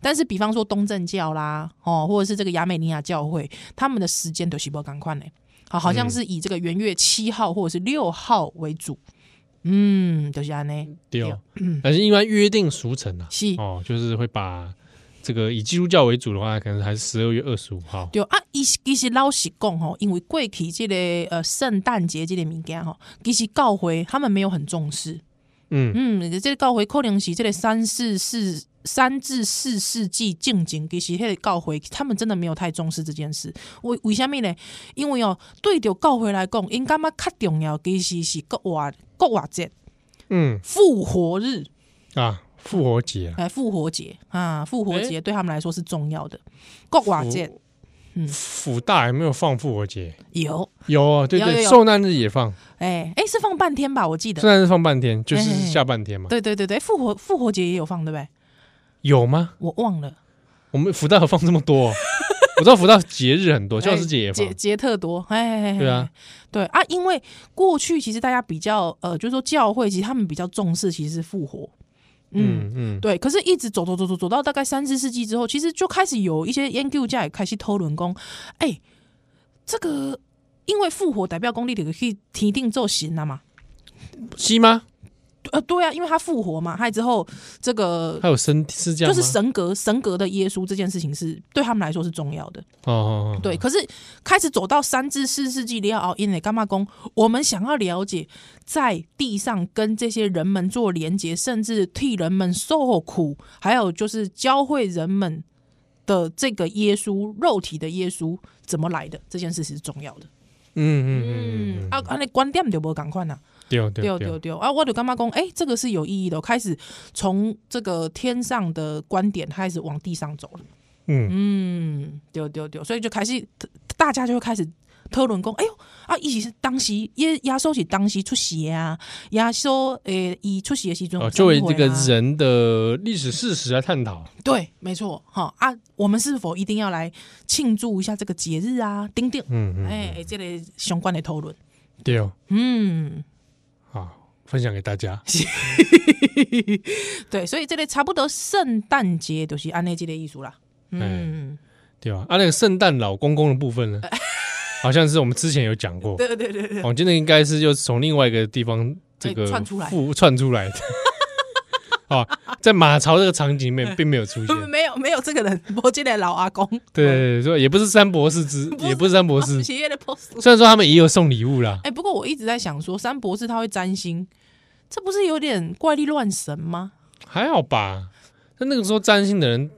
Speaker 3: 但是比方说东正教啦，哦，或者是这个亚美尼亚教会，他们的时间都是不赶快呢，好，好像是以这个元月七号或者是六号为主，嗯，就是安呢，
Speaker 2: 对哦，
Speaker 3: 嗯
Speaker 2: 但是因为约定俗成啊，
Speaker 3: 是
Speaker 2: 哦，就是会把这个以基督教为主的话，可能还是十二月二十五号。
Speaker 3: 对啊，伊其实老实讲吼，因为过去这个呃圣诞节这个物件吼，其实教会他们没有很重视。
Speaker 2: 嗯，
Speaker 3: 嗯，这个教会可能是这个三四四三至四世纪进前，其实迄个教会他们真的没有太重视这件事。为为什么呢？因为哦，对着教会来讲，因感觉较重要，其实是国外国外节、
Speaker 2: 嗯
Speaker 3: 复活日。
Speaker 2: 啊，复活节啊，
Speaker 3: 哎，复活节啊，复活节对他们来说是重要的。国瓦节
Speaker 2: 复
Speaker 3: 嗯
Speaker 2: 福大有没有放复活节？
Speaker 3: 有，
Speaker 2: 有哦，对
Speaker 3: 有有
Speaker 2: 对，
Speaker 3: 有
Speaker 2: 受难日也放，
Speaker 3: 哎哎，是放半天吧？我记
Speaker 2: 受
Speaker 3: 得。
Speaker 2: 难日放半天，就是
Speaker 3: 嘿嘿嘿
Speaker 2: 下半天嘛。
Speaker 3: 对对对对，复活复活节也有放，对不对？
Speaker 2: 有吗？
Speaker 3: 我忘了，
Speaker 2: 我们福大有放这么多哦？我知道福大节日很
Speaker 3: 哎
Speaker 2: 多，教师节也放
Speaker 3: 杰。杰特多，哎哎，哎
Speaker 2: 对啊，
Speaker 3: 对啊，因为过去其实大家比较呃，就是说教会其实他们比较重视其实是复活，嗯。
Speaker 2: 嗯嗯，
Speaker 3: 对，可是，一直走走走走走到大概三四世纪之后，其实就开始有一些研究家也开始讨论讲，哎、这个因为复活代表功力的去提定做神了嘛，
Speaker 2: 西吗？
Speaker 3: 呃，对啊，因为他复活嘛，还之后这个
Speaker 2: 还有生是这样
Speaker 3: 就
Speaker 2: 吗？
Speaker 3: 是神格神格的耶稣这件事情是对他们来说是重要的。
Speaker 2: 哦哦哦，
Speaker 3: 对，可是开始走到三至四世纪里奥哦因为干嘛公，我们想要了解在地上跟这些人们做连接，甚至替人们受苦，还有就是教会人们的这个耶稣肉体的耶稣怎么来的这件事是重要的。
Speaker 2: 嗯嗯嗯嗯嗯，，
Speaker 3: 嗯啊，啊，那观点就无赶快呐，
Speaker 2: 对哦
Speaker 3: 对
Speaker 2: 对
Speaker 3: 对
Speaker 2: 对，
Speaker 3: 对，啊，我就干嘛讲，哎、这个是有意义的，开始从这个天上的观点开始往地上走了。
Speaker 2: 嗯。
Speaker 3: 嗯，对对对，所以就开始大家就会开始讨论讲，哎呦啊，伊是当时耶耶稣是当时出席啊，耶稣诶，伊出席的时阵、
Speaker 2: 哦，作为这个
Speaker 3: 人。
Speaker 2: 人的历史事实来探讨，
Speaker 3: 对，没错，哈啊，我们是否一定要来庆祝一下这个节日啊？丁丁，
Speaker 2: 嗯嗯，
Speaker 3: 哎、这类、相关的讨论，
Speaker 2: 对哦，
Speaker 3: 嗯，
Speaker 2: 啊，分享给大家，
Speaker 3: 对，所以这类差不多圣诞节就是安内这类艺术啦，
Speaker 2: 哎
Speaker 3: 嗯，呃
Speaker 2: 对吧？啊，那个圣诞老公公的部分呢， [LAUGHS] 好像是我们之前有讲过，
Speaker 3: 对对对对，
Speaker 2: 哦，今天应该是就是从另外一个地方这个
Speaker 3: 哎窜出来
Speaker 2: 复窜出来的， [LAUGHS] 啊，在马槽这个场景里面并没有出
Speaker 3: [LAUGHS]
Speaker 2: 现，
Speaker 3: 没有没有这个人，我这类老阿公，
Speaker 2: 对对对，所以也不是三博士之，也不是三博
Speaker 3: [LAUGHS]
Speaker 2: 士，
Speaker 3: 企业的 pose。
Speaker 2: 虽然说他们也有送礼物啦
Speaker 3: 哎、，不过我一直在想说，三博士他会占星，这不是有点怪力乱神吗？
Speaker 2: 还好吧？那那个时候占星的人，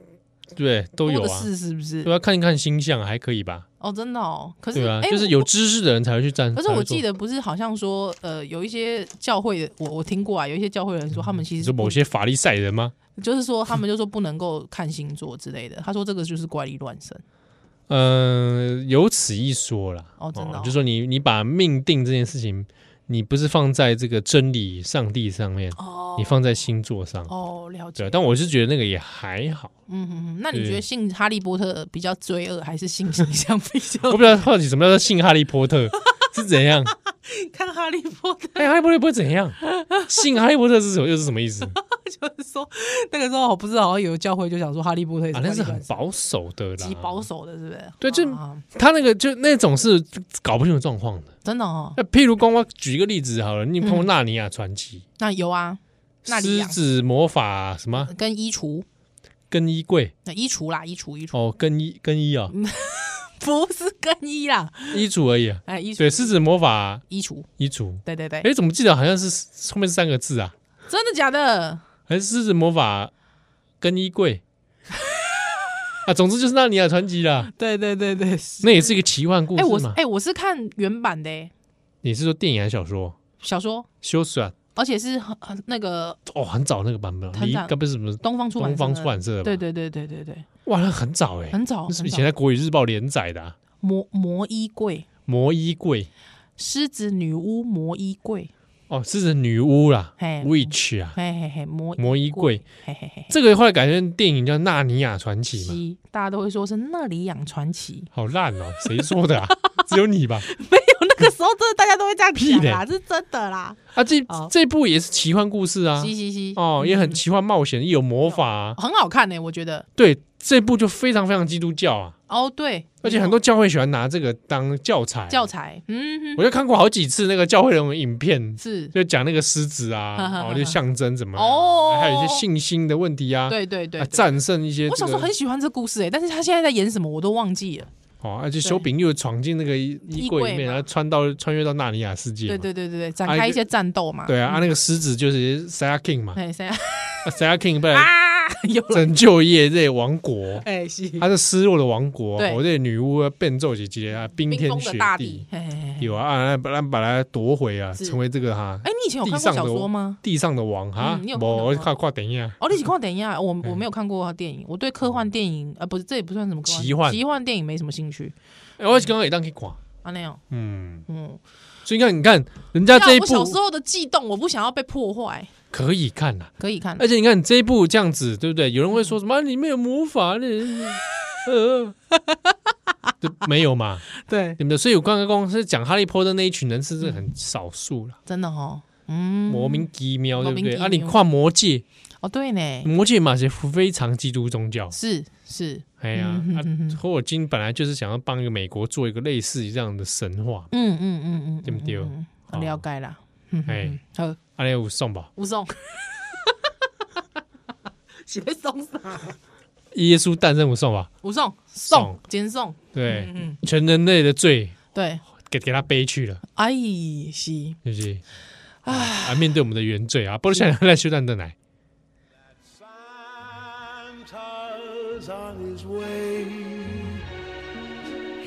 Speaker 2: 对都有
Speaker 3: 多的
Speaker 2: 啊，
Speaker 3: 是是不是？
Speaker 2: 对啊，看一看星象还可以吧？
Speaker 3: 哦，真的哦。可是
Speaker 2: 对啊，
Speaker 3: 哎
Speaker 2: 就是
Speaker 3: 我
Speaker 2: 有知识的人才会去占。
Speaker 3: 可是
Speaker 2: 才会
Speaker 3: 我记
Speaker 2: 做，
Speaker 3: 得不是好像说，呃，有一些教会的，我我听过啊，有一些教会的人说，他们其
Speaker 2: 你
Speaker 3: 实
Speaker 2: 说
Speaker 3: 是
Speaker 2: 嗯
Speaker 3: 不
Speaker 2: 某些法利赛人吗？
Speaker 3: 就是说他们就说不能够看星座之类的，他说这个就是怪力乱神。
Speaker 2: 嗯，有此一说啦。
Speaker 3: 哦真的哦
Speaker 2: 就说你你把命定这件事情，你不是放在这个真理、上帝上面，
Speaker 3: 哦
Speaker 2: 你放在星座上。
Speaker 3: 哦，了解
Speaker 2: 对啊，。但我是觉得那个也还好。
Speaker 3: 嗯嗯嗯，那你
Speaker 2: 对
Speaker 3: 觉得信哈利波特比较罪恶，还是信形象比较
Speaker 2: 我？比较好奇，什么叫做信哈利波特 [LAUGHS] 是怎样？
Speaker 3: [LAUGHS] 看哈利波特
Speaker 2: 哎，哈利波特不会怎样？信哈利波特是什么？又是什么意
Speaker 3: [LAUGHS]
Speaker 2: 思？啊，
Speaker 3: 就是说，那个时候我不是好像有教会就想说哈利波特也怪
Speaker 2: 啊那
Speaker 3: 力
Speaker 2: 是
Speaker 3: 乱
Speaker 2: 很
Speaker 3: 神
Speaker 2: 保守的啦
Speaker 3: 极。保守的，是不是？
Speaker 2: 对就
Speaker 3: 啊
Speaker 2: 他那个就那种是搞不清楚状况的。
Speaker 3: 真的哦。
Speaker 2: 那譬如光我举一个例子好了，你有没有看过《纳尼亚传奇
Speaker 3: 那有啊，》嗯纳尼
Speaker 2: 狮
Speaker 3: 亚
Speaker 2: 子魔法什么
Speaker 3: 跟衣橱，
Speaker 2: 更衣柜 [LAUGHS]
Speaker 3: 那衣橱啦，衣橱衣橱， [LAUGHS] 嗯
Speaker 2: 哦，更衣更衣啊，
Speaker 3: 不是更衣啦，
Speaker 2: 衣橱而已、啊。
Speaker 3: 哎，衣
Speaker 2: 对，
Speaker 3: 橱，
Speaker 2: 狮子魔法
Speaker 3: 衣橱，
Speaker 2: 衣橱。
Speaker 3: 对对对，
Speaker 2: 哎，怎么记得好像是后面是三个字啊？
Speaker 3: 真的假的？
Speaker 2: 还是狮子魔法更衣
Speaker 3: [LAUGHS]
Speaker 2: 柜？啊，总之就是纳尼亚传奇啦，
Speaker 3: 对对对对，是
Speaker 2: 那也是一个奇幻故
Speaker 3: [LAUGHS] 哎，我
Speaker 2: 事
Speaker 3: 是
Speaker 2: 嘛。
Speaker 3: 哎，我是看原版的欸
Speaker 2: 你是说电影还是小说？
Speaker 3: 小说，
Speaker 2: 修斯啊，
Speaker 3: 而且是很很那个
Speaker 2: 哦，很早那个版本啊，
Speaker 3: 很
Speaker 2: 离
Speaker 3: 早
Speaker 2: 该不是什么
Speaker 3: 东方出版
Speaker 2: 东
Speaker 3: 社
Speaker 2: 方
Speaker 3: 的
Speaker 2: 出版社的吧？
Speaker 3: 对对对对对对，
Speaker 2: 哇，那很早哎，
Speaker 3: 很早，
Speaker 2: 那是
Speaker 3: 很
Speaker 2: 以
Speaker 3: 早
Speaker 2: 前在《国语日报》连载的啊
Speaker 3: 魔魔衣柜，
Speaker 2: 《魔衣柜》
Speaker 3: 狮子女巫魔衣柜，
Speaker 2: 哦，狮子女巫啦
Speaker 3: 嘿
Speaker 2: ，witch 啊，
Speaker 3: 嘿嘿嘿，魔
Speaker 2: 魔衣柜。，
Speaker 3: 嘿嘿嘿，
Speaker 2: 这个后来改成电影叫《纳尼亚传奇》嘛，
Speaker 3: 西大家都会说是那里养传奇，
Speaker 2: 好烂哦，谁说的啊？ [LAUGHS] 只有你吧？
Speaker 3: 没有 [LAUGHS] 那个时候真的大家都会这样
Speaker 2: 屁
Speaker 3: 讲啦，
Speaker 2: 嘞
Speaker 3: 是真的啦，
Speaker 2: 啊，这
Speaker 3: 好嗯
Speaker 2: 这部也是奇幻故事啊，
Speaker 3: 嘻嘻嘻，
Speaker 2: 哦，也很奇幻冒险，也有魔法啊。
Speaker 3: 很好看呢，欸我觉得，
Speaker 2: 对，这部就非常非常基督教啊，
Speaker 3: 哦对，
Speaker 2: 而且很多教会喜欢拿这个当教材。
Speaker 3: 教材，嗯，哼
Speaker 2: 我就看过好几次那个教会人的影片，
Speaker 3: 是，
Speaker 2: 就讲那个狮子
Speaker 3: [LAUGHS] 哈哈
Speaker 2: 啊，
Speaker 3: 哈哈
Speaker 2: 哦，就象征怎么样
Speaker 3: 哦
Speaker 2: 还有一些信心的问题啊，
Speaker 3: 对对对
Speaker 2: 啊，
Speaker 3: 对
Speaker 2: 战胜一些
Speaker 3: 我
Speaker 2: 这
Speaker 3: 小时
Speaker 2: 个
Speaker 3: 候很喜欢这故事哎、但是他现在在演什么我都忘记了。
Speaker 2: 哦，而且修饼又闯进那个衣衣柜里
Speaker 3: 衣柜
Speaker 2: 面，然
Speaker 3: 嘛
Speaker 2: 后穿到穿越到纳尼亚世界嘛，
Speaker 3: 对对对对对，展
Speaker 2: 啊
Speaker 3: 开
Speaker 2: 一
Speaker 3: 一
Speaker 2: 个
Speaker 3: 些战斗嘛。
Speaker 2: 对啊，啊那个狮子就是 Sarah King 嘛
Speaker 3: 哎，谁啊？
Speaker 2: 啊，Sarah King 被
Speaker 3: 啊有了
Speaker 2: [LAUGHS] 拯救业这王国，
Speaker 3: 哎是
Speaker 2: 它是失落的王国，
Speaker 3: 对
Speaker 2: 我这女巫变奏几节啊，冰
Speaker 3: 冰
Speaker 2: 天
Speaker 3: 封
Speaker 2: 雪
Speaker 3: 的大
Speaker 2: 地
Speaker 3: 地。，嘿嘿嘿
Speaker 2: 有啊，啊，把它把它夺回啊，
Speaker 3: 是
Speaker 2: 成为这个哈
Speaker 3: 哎，你以前有
Speaker 2: 地
Speaker 3: 看过
Speaker 2: 上
Speaker 3: 小
Speaker 2: 的
Speaker 3: 说吗？
Speaker 2: 地上的王哈
Speaker 3: 嗯你有，看过
Speaker 2: 我哎
Speaker 3: 吗
Speaker 2: 看啊看等一下，
Speaker 3: 哦，你请看等一下，我我没有看过电影，我对科幻电影呃不是，这也不算什么科
Speaker 2: 奇幻
Speaker 3: 奇幻电影没什么兴趣
Speaker 2: 哎我刚刚也当可以看，
Speaker 3: 啊那样。
Speaker 2: 嗯，
Speaker 3: 嗯，
Speaker 2: 所以你看，你看人家这一
Speaker 3: 啊我小时
Speaker 2: 部
Speaker 3: 候的悸动，我不想要被破坏，
Speaker 2: 可以看呐、
Speaker 3: 可以看。
Speaker 2: 而且你看你这一部这样子，对不对？有人会说什么、
Speaker 3: 嗯
Speaker 2: 啊、里面有魔法呢？ [LAUGHS] 呃，就没有嘛，
Speaker 3: 对，
Speaker 2: 对不对？所以我刚刚公是讲哈利波特那一群人是很少数了，
Speaker 3: 真的哦，嗯，
Speaker 2: 莫名其妙，对不
Speaker 3: 莫名
Speaker 2: 对？
Speaker 3: 其妙
Speaker 2: 啊，你跨魔界，
Speaker 3: 哦对呢，
Speaker 2: 魔界嘛是非常基督宗教，
Speaker 3: 是是，
Speaker 2: 哎呀
Speaker 3: 嗯，
Speaker 2: 啊
Speaker 3: 嗯嗯嗯，
Speaker 2: 霍尔金本来就是想要帮一个美国做一个类似这样的神话，
Speaker 3: 嗯嗯嗯嗯，
Speaker 2: 对不对
Speaker 3: 嗯？嗯嗯
Speaker 2: 哦
Speaker 3: 了解啦，嗯
Speaker 2: 哎，
Speaker 3: 嗯嗯好。
Speaker 2: 阿雷有送吧，
Speaker 3: 吴 [LAUGHS] 松，是咧送啥？
Speaker 2: 耶稣诞生有送吧，
Speaker 3: 吴松
Speaker 2: 送
Speaker 3: 送简送，
Speaker 2: 对，
Speaker 3: 嗯嗯，
Speaker 2: 全人类的罪
Speaker 3: 对，
Speaker 2: 给给他背去了。
Speaker 3: 哎是，
Speaker 2: 是不是？啊，面对我们的原罪啊，不如想想来修蛋蛋来，
Speaker 1: Santa's on his way.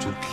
Speaker 1: to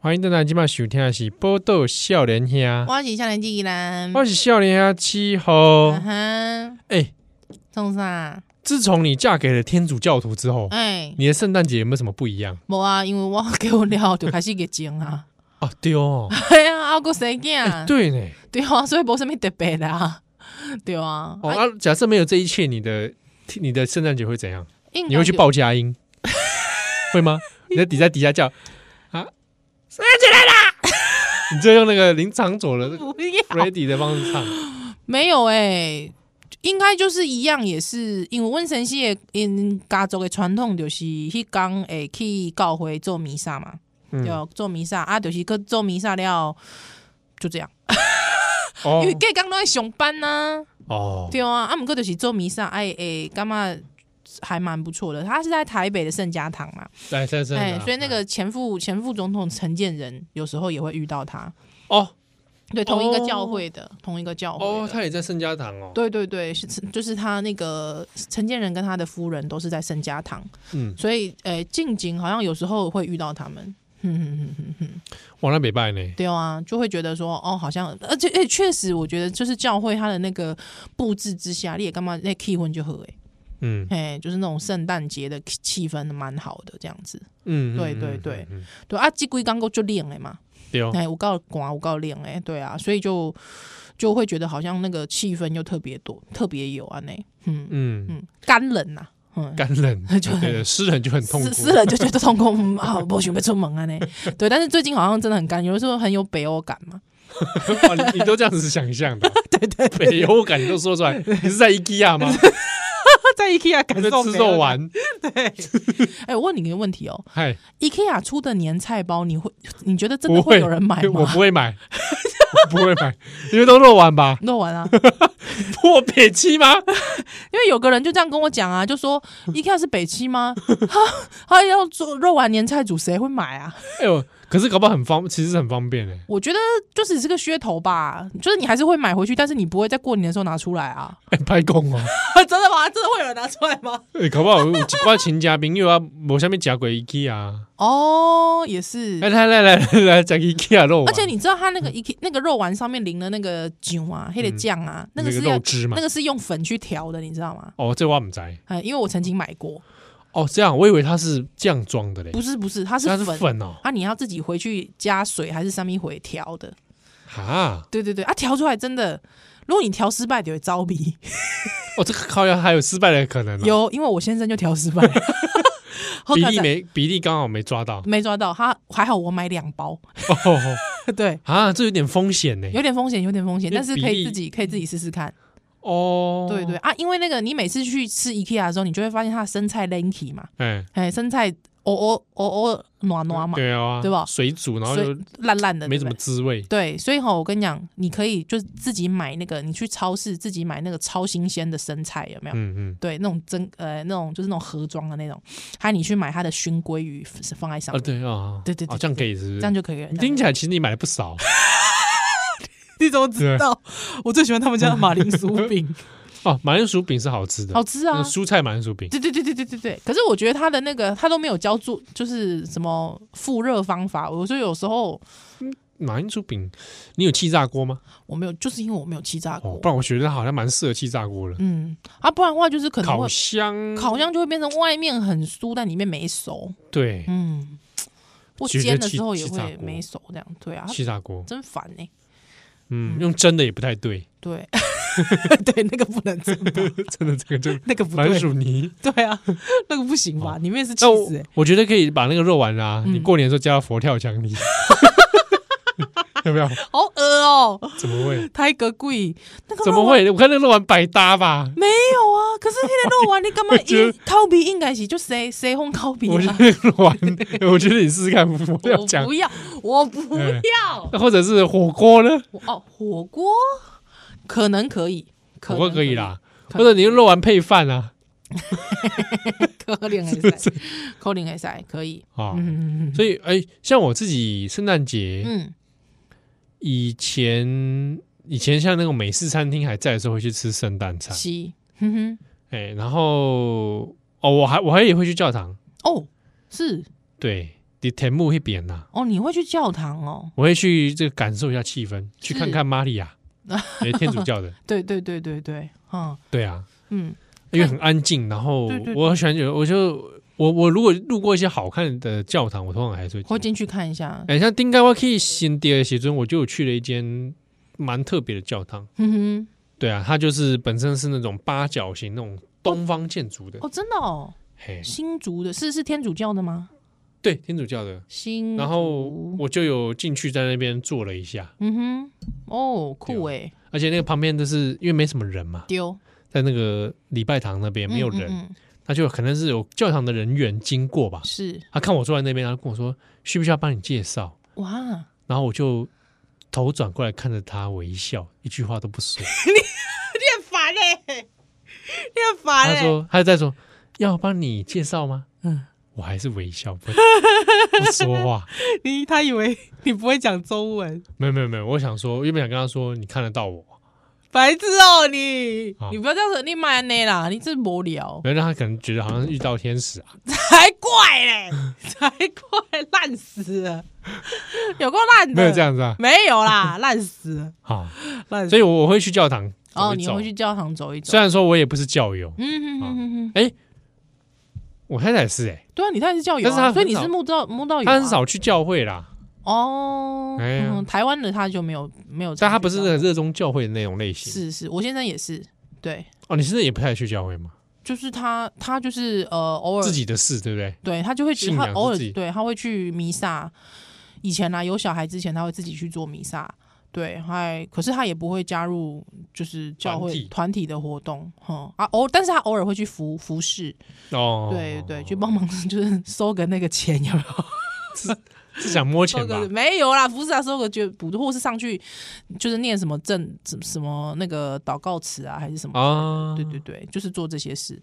Speaker 2: 欢迎蛋蛋今晚收听的是《波豆笑莲兄》，
Speaker 3: 我是少年纪人，
Speaker 2: 我是笑莲兄七号
Speaker 3: 嗯。哼，
Speaker 2: 哎，
Speaker 3: 送啥？
Speaker 2: 自从你嫁给了天主教徒之后，
Speaker 3: 哎，
Speaker 2: 你的圣诞节有没有什么不一样？
Speaker 3: 无啊，因为我 [LAUGHS] 结婚了就开始结精啊， [LAUGHS]
Speaker 2: 啊，对哦，
Speaker 3: 哎呀，还有个生囝，
Speaker 2: 对呢，
Speaker 3: [LAUGHS] 对啊，所以无什么特别的啊， [LAUGHS] 对啊，
Speaker 2: 哦
Speaker 3: 啊
Speaker 2: 啊！假设没有这一切，你的你的圣诞节会怎样？
Speaker 3: 应该
Speaker 2: 你会去
Speaker 3: 就
Speaker 2: 报佳
Speaker 3: [LAUGHS]
Speaker 2: 音，会吗？你在底下底下叫啊，圣诞节来啦！ [LAUGHS] 你就用那个林长佐的
Speaker 3: [LAUGHS] 不要
Speaker 2: Freddy 的方式唱，
Speaker 3: 没有哎、应该就是一样，也是因为温神系的因家族的传统就是迄工会去教会做弥撒嘛，
Speaker 2: 嗯
Speaker 3: 对，做弥撒啊，就是去做弥撒了，就这样，
Speaker 2: 哦
Speaker 3: 因为隔工都在上班呐、
Speaker 2: 哦，
Speaker 3: 对啊，啊，毋过就是做弥撒，哎哎，感觉还蛮不错的。他是在台北的圣家堂嘛，
Speaker 2: 对，在在
Speaker 3: 哎、所以那个前副前副总统陈建仁有时候也会遇到他，
Speaker 2: 哦
Speaker 3: 对，同一个教会的，同一个教会的
Speaker 2: 哦，他也在圣家堂哦，
Speaker 3: 对对对，是陈就是他那个陈建仁跟他的夫人都是在圣家堂，
Speaker 2: 嗯，
Speaker 3: 所以呃，近景好像有时候会遇到他们。哼哼哼哼哼，
Speaker 2: 往那北拜呢，
Speaker 3: 对啊，就会觉得说，哦，好像，而且，哎，确实，我觉得就是教会它的那个布置之下，你也干嘛那气氛就合
Speaker 2: 嗯
Speaker 3: 哎，哎，就是那种圣诞节的气气氛蛮好的这样子。
Speaker 2: 嗯，
Speaker 3: 对
Speaker 2: 嗯
Speaker 3: 对，
Speaker 2: 嗯
Speaker 3: 对
Speaker 2: 嗯嗯
Speaker 3: 对啊，这几刚够就练了嘛，
Speaker 2: 对哦，
Speaker 3: 哎，我告广，我告练哎，对啊，所以就就会觉得好像那个气氛又特别多，特别有啊呢，嗯
Speaker 2: 嗯，
Speaker 3: 嗯，干冷呐、嗯，
Speaker 2: 干冷
Speaker 3: [LAUGHS] 就
Speaker 2: 对的，湿冷就很痛苦
Speaker 3: 死，死了就觉得痛苦，嗯啊， [LAUGHS] 不想要出门啊呢。对，但是最近好像真的很干，有的时候很有北欧感嘛。
Speaker 2: [LAUGHS] 哇，你你都这样子想象
Speaker 3: [LAUGHS]
Speaker 2: 的，对对，北欧感都说出来，你是在 IKEA 吗？
Speaker 3: 在 IKEA 感啊
Speaker 2: 你在吃肉。丸？
Speaker 3: 哎、我问你一个问题哦
Speaker 2: 嗨，
Speaker 3: ，IKEA 出的年菜包，你会你觉得真的
Speaker 2: 不
Speaker 3: 会
Speaker 2: 会
Speaker 3: 有人买
Speaker 2: [LAUGHS] 我
Speaker 3: 吗
Speaker 2: 不？会买，我不会买，因为都肉丸
Speaker 3: [LAUGHS]
Speaker 2: 吧？
Speaker 3: 弄完啊，
Speaker 2: 破北七吗？
Speaker 3: 因为有个人就这样跟我讲啊，就说 IKEA 是北七吗？他他要做肉丸年菜煮，谁会买啊？
Speaker 2: 哎呦，可是搞不好很方，其实很方便
Speaker 3: [LAUGHS]
Speaker 2: 哎。
Speaker 3: 我觉得就只是个噱头吧，就是你还是会买回去，但是你不会在过年的时候拿出来啊。
Speaker 2: 哎，拍供哦，
Speaker 3: [LAUGHS] 真的吗？真的会有人拿出来吗？
Speaker 2: 哎，搞不好有一挂请嘉宾又要我下面夹鬼 IKEA 啊。
Speaker 3: 哦，也是。
Speaker 2: 哎，来来来来来，夹 IKEA 肉丸，嗯
Speaker 3: 而且你知道它那个一那个肉丸上面淋的那个酒啊，黑的酱啊，那个
Speaker 2: 那
Speaker 3: 是
Speaker 2: 个
Speaker 3: 要
Speaker 2: 肉汁嘛
Speaker 3: 那。个是用粉去调的，你知道吗？
Speaker 2: 哦，这我唔知。
Speaker 3: 哎，因为我曾经买过，
Speaker 2: 哦，这样，我以为它是酱装的嘞，
Speaker 3: 不是不是，它是
Speaker 2: 它是
Speaker 3: 粉
Speaker 2: 粉哦。
Speaker 3: 啊，你要自己回去加水还是上面回调的？
Speaker 2: 哈，
Speaker 3: 对对对，啊，调出来真的，如果你调失败，就会招逼。
Speaker 2: 哦，这个烤鸭还有失败的可能啊。
Speaker 3: 有，因为我先生就调
Speaker 2: [LAUGHS]
Speaker 3: 失败，好
Speaker 2: 比
Speaker 3: 可
Speaker 2: 例
Speaker 3: 惜
Speaker 2: 没比例刚好没抓到。 [LAUGHS]
Speaker 3: 没抓到，他还好我买两包， [LAUGHS]
Speaker 2: 哦，
Speaker 3: 对，
Speaker 2: 啊，这有点风险呢。
Speaker 3: 有点风险，有点风险，
Speaker 2: 因为
Speaker 3: 但是
Speaker 2: 比
Speaker 3: 可
Speaker 2: 例
Speaker 3: 以自己可以自己试试看。
Speaker 2: 哦，
Speaker 3: 对对，啊，因为那个你每次去吃 IKEA 的时候，你就会发现它的生菜 lanky 嘛，
Speaker 2: 哎，
Speaker 3: 哎，生菜哦哦哦哦暖暖嘛，
Speaker 2: 对啊，
Speaker 3: 对吧
Speaker 2: 水煮，然后
Speaker 3: 所
Speaker 2: 就
Speaker 3: 以烂烂的，
Speaker 2: 没
Speaker 3: 对
Speaker 2: 什
Speaker 3: 不
Speaker 2: 么
Speaker 3: 对
Speaker 2: 滋味。
Speaker 3: 对，所以哈，我跟你讲，你可以就自己买那个，你去超市自己买那个超新鲜的生菜，有没有？
Speaker 2: 嗯嗯，
Speaker 3: 对，那种蒸呃那种就是那种盒装的那种，还有你去买它的熏鲑鱼是放在上
Speaker 2: 啊
Speaker 3: 面，
Speaker 2: 对啊，
Speaker 3: 对对对
Speaker 2: 啊这样可以是不是？
Speaker 3: 这样就可以了。
Speaker 2: 你听起
Speaker 3: 来，
Speaker 2: 来其实你买了不少，
Speaker 3: 你怎么知
Speaker 2: 对
Speaker 3: 道？我最喜欢他们家的马铃薯饼，
Speaker 2: 哦。马铃薯饼是好吃的，
Speaker 3: 好吃
Speaker 2: 那
Speaker 3: 啊
Speaker 2: 个！蔬菜马铃薯饼
Speaker 3: 对对对对对对对。可是我觉得它的那个它都没有教做，就是什么复热方法。我说有时候
Speaker 2: 马铃薯饼，你有气炸锅吗？
Speaker 3: 我没有，就是因为我没有气炸
Speaker 2: 哦
Speaker 3: 锅，
Speaker 2: 不。然我觉得好像蛮适合气炸锅的，
Speaker 3: 嗯，啊，不然的话就是可能会
Speaker 2: 烤箱
Speaker 3: 烤箱就会变成外面很酥，但里面没熟。
Speaker 2: 对
Speaker 3: 嗯，或
Speaker 2: 其实
Speaker 3: 煎的
Speaker 2: 气
Speaker 3: 时候也
Speaker 2: 气炸
Speaker 3: 会
Speaker 2: 锅
Speaker 3: 没熟，这样对啊，
Speaker 2: 气炸锅，
Speaker 3: 真烦呢、
Speaker 2: 嗯，用蒸的也不太对， [LAUGHS]
Speaker 3: 对，对，那个不能蒸吧，
Speaker 2: 真的这个就
Speaker 3: [LAUGHS] 那个 [LAUGHS] 不
Speaker 2: 马铃
Speaker 3: 对，
Speaker 2: 薯泥。
Speaker 3: 对啊，那个不行吧？里面是
Speaker 2: [LAUGHS]
Speaker 3: 气
Speaker 2: 那我
Speaker 3: 死、欸，
Speaker 2: 我觉得可以把那个肉丸啊，
Speaker 3: 嗯
Speaker 2: 你过年的时候加到佛跳墙
Speaker 3: [LAUGHS]
Speaker 2: 里，有没有？
Speaker 3: 好恶哦、
Speaker 2: 怎么会？
Speaker 3: 太格贵，那个
Speaker 2: 怎
Speaker 3: 肉
Speaker 2: 么
Speaker 3: 丸
Speaker 2: 会？我看那个肉丸百搭吧，
Speaker 3: 没有啊？可是那个肉丸，你干嘛
Speaker 2: [LAUGHS] 我觉得
Speaker 3: 一烤比应该是就谁谁烘烤比
Speaker 2: 我觉
Speaker 3: 啊？
Speaker 2: 得肉丸， [LAUGHS] 我觉得你试试看佛跳
Speaker 3: 我
Speaker 2: 墙
Speaker 3: 不，要，我不
Speaker 2: 哎
Speaker 3: 要。
Speaker 2: 那或者是火锅呢？
Speaker 3: 我哦，火锅可能可以，可
Speaker 2: 火
Speaker 3: 能
Speaker 2: 锅可以，啦，
Speaker 3: 可
Speaker 2: 或者你用肉丸配饭啊，[LAUGHS]
Speaker 3: 可能可以，可能可以，可以。
Speaker 2: 啊，
Speaker 3: 嗯嗯
Speaker 2: 所以哎，像我自己圣诞节
Speaker 3: 嗯，
Speaker 2: 以前。以前像那种美式餐厅还在的时候，会去吃圣诞餐，
Speaker 3: 是，哼哼，
Speaker 2: 哎、然后哦，我还我还也会去教堂，
Speaker 3: 哦，是
Speaker 2: 对，你田木那边呐、啊
Speaker 3: 哦，你会去教堂哦？
Speaker 2: 我会去这个感受一下气氛，去
Speaker 3: 是
Speaker 2: 看看玛利
Speaker 3: [LAUGHS]
Speaker 2: 亚，哎，天主教的，
Speaker 3: 对对对对对，嗯
Speaker 2: 对啊，
Speaker 3: 嗯，
Speaker 2: 因为很安静，然后
Speaker 3: 对对对
Speaker 2: 我很喜欢觉得，我就我我如果路过一些好看的教堂，我通常还是会
Speaker 3: 会
Speaker 2: 进。
Speaker 3: 进去看一下。
Speaker 2: 哎、像丁盖瓦克新第二写尊，我就有去了一间蛮特别的教堂，
Speaker 3: 嗯哼哼，
Speaker 2: 对啊，它就是本身是那种八角形那种东方建筑的，
Speaker 3: 哦，真的哦，
Speaker 2: 嘿，
Speaker 3: 新竹的是是天主教的吗？
Speaker 2: 对，天主教的。
Speaker 3: 新竹，
Speaker 2: 然后我就有进去在那边坐了一下，
Speaker 3: 嗯哼，哦，酷
Speaker 2: 对啊
Speaker 3: 诶，
Speaker 2: 而且那个旁边就是因为没什么人嘛，
Speaker 3: 丢
Speaker 2: 在那个礼拜堂那边没有人，
Speaker 3: 嗯嗯嗯
Speaker 2: 他就可能是有教堂的人员经过吧，
Speaker 3: 是
Speaker 2: 他看我坐在那边，他就跟我说需不需要帮你介绍，
Speaker 3: 哇，
Speaker 2: 然后我就头转过来看着他微笑，一句话都不
Speaker 3: [LAUGHS]
Speaker 2: 说。
Speaker 3: 很烦嘞，你很烦欸
Speaker 2: 他
Speaker 3: 嘞，
Speaker 2: 说他就在说要帮你介绍吗？
Speaker 3: 哎嗯，
Speaker 2: 我还是微笑不不说
Speaker 3: [LAUGHS]
Speaker 2: 话。
Speaker 3: 你他以为你不会讲中文，
Speaker 2: 没有没有没有，我想说，原本想跟他说你看得到我，
Speaker 3: 白痴哦你
Speaker 2: 好，
Speaker 3: 你不要这样子，你买那啦，你真无 [LAUGHS] 聊，
Speaker 2: 没有让他可能觉得好像遇到天使啊。
Speaker 3: 才怪嘞，才怪，烂死了，有够烂的，
Speaker 2: 没有这，样子啊，
Speaker 3: 没有啦，烂死了，
Speaker 2: 好，
Speaker 3: 烂死
Speaker 2: 所以我我会去教堂
Speaker 3: 嗯哦，
Speaker 2: 走一
Speaker 3: 你
Speaker 2: 走。
Speaker 3: 回去教堂走一走
Speaker 2: 虽，然说我也不是教友，
Speaker 3: 嗯哼哼哼哼，
Speaker 2: 我太太也是哎、
Speaker 3: 对啊，你太是教友
Speaker 2: 但是他
Speaker 3: 啊，
Speaker 2: 很
Speaker 3: 所以你
Speaker 2: 少
Speaker 3: 是慕道慕道友
Speaker 2: 她
Speaker 3: 啊，
Speaker 2: 很少去教会啦，
Speaker 3: 哦，
Speaker 2: 哎呀
Speaker 3: 嗯，台湾的他就没有没有，
Speaker 2: 但她不是很热衷教会的那种类型。
Speaker 3: 是是，我先生也是，对，
Speaker 2: 哦，你现在也不太去教会吗？
Speaker 3: 就是他他就是呃偶尔
Speaker 2: 自己的事，对不对？
Speaker 3: 对他就会去，
Speaker 2: 信
Speaker 3: 他
Speaker 2: 仰
Speaker 3: 偶
Speaker 2: 是
Speaker 3: 尔
Speaker 2: 自己
Speaker 3: 对他会去弥撒。以前呢、啊，有小孩之前，他会自己去做弥撒，对，还可是他也不会加入就是教
Speaker 2: 团
Speaker 3: 会
Speaker 2: 体
Speaker 3: 团体的活动，哈、啊偶，但是他偶尔会去服服侍，
Speaker 2: 哦，
Speaker 3: 对对，去帮忙 [LAUGHS] 就是收个那个钱有没有？
Speaker 2: 是想摸钱
Speaker 3: 收
Speaker 2: 吧
Speaker 3: 个？没有啦，服侍啊，收个就补助，或是上去就是念什么正什么那个祷告词啊，还是什么？
Speaker 2: 啊，
Speaker 3: 对对对，就是做这些事。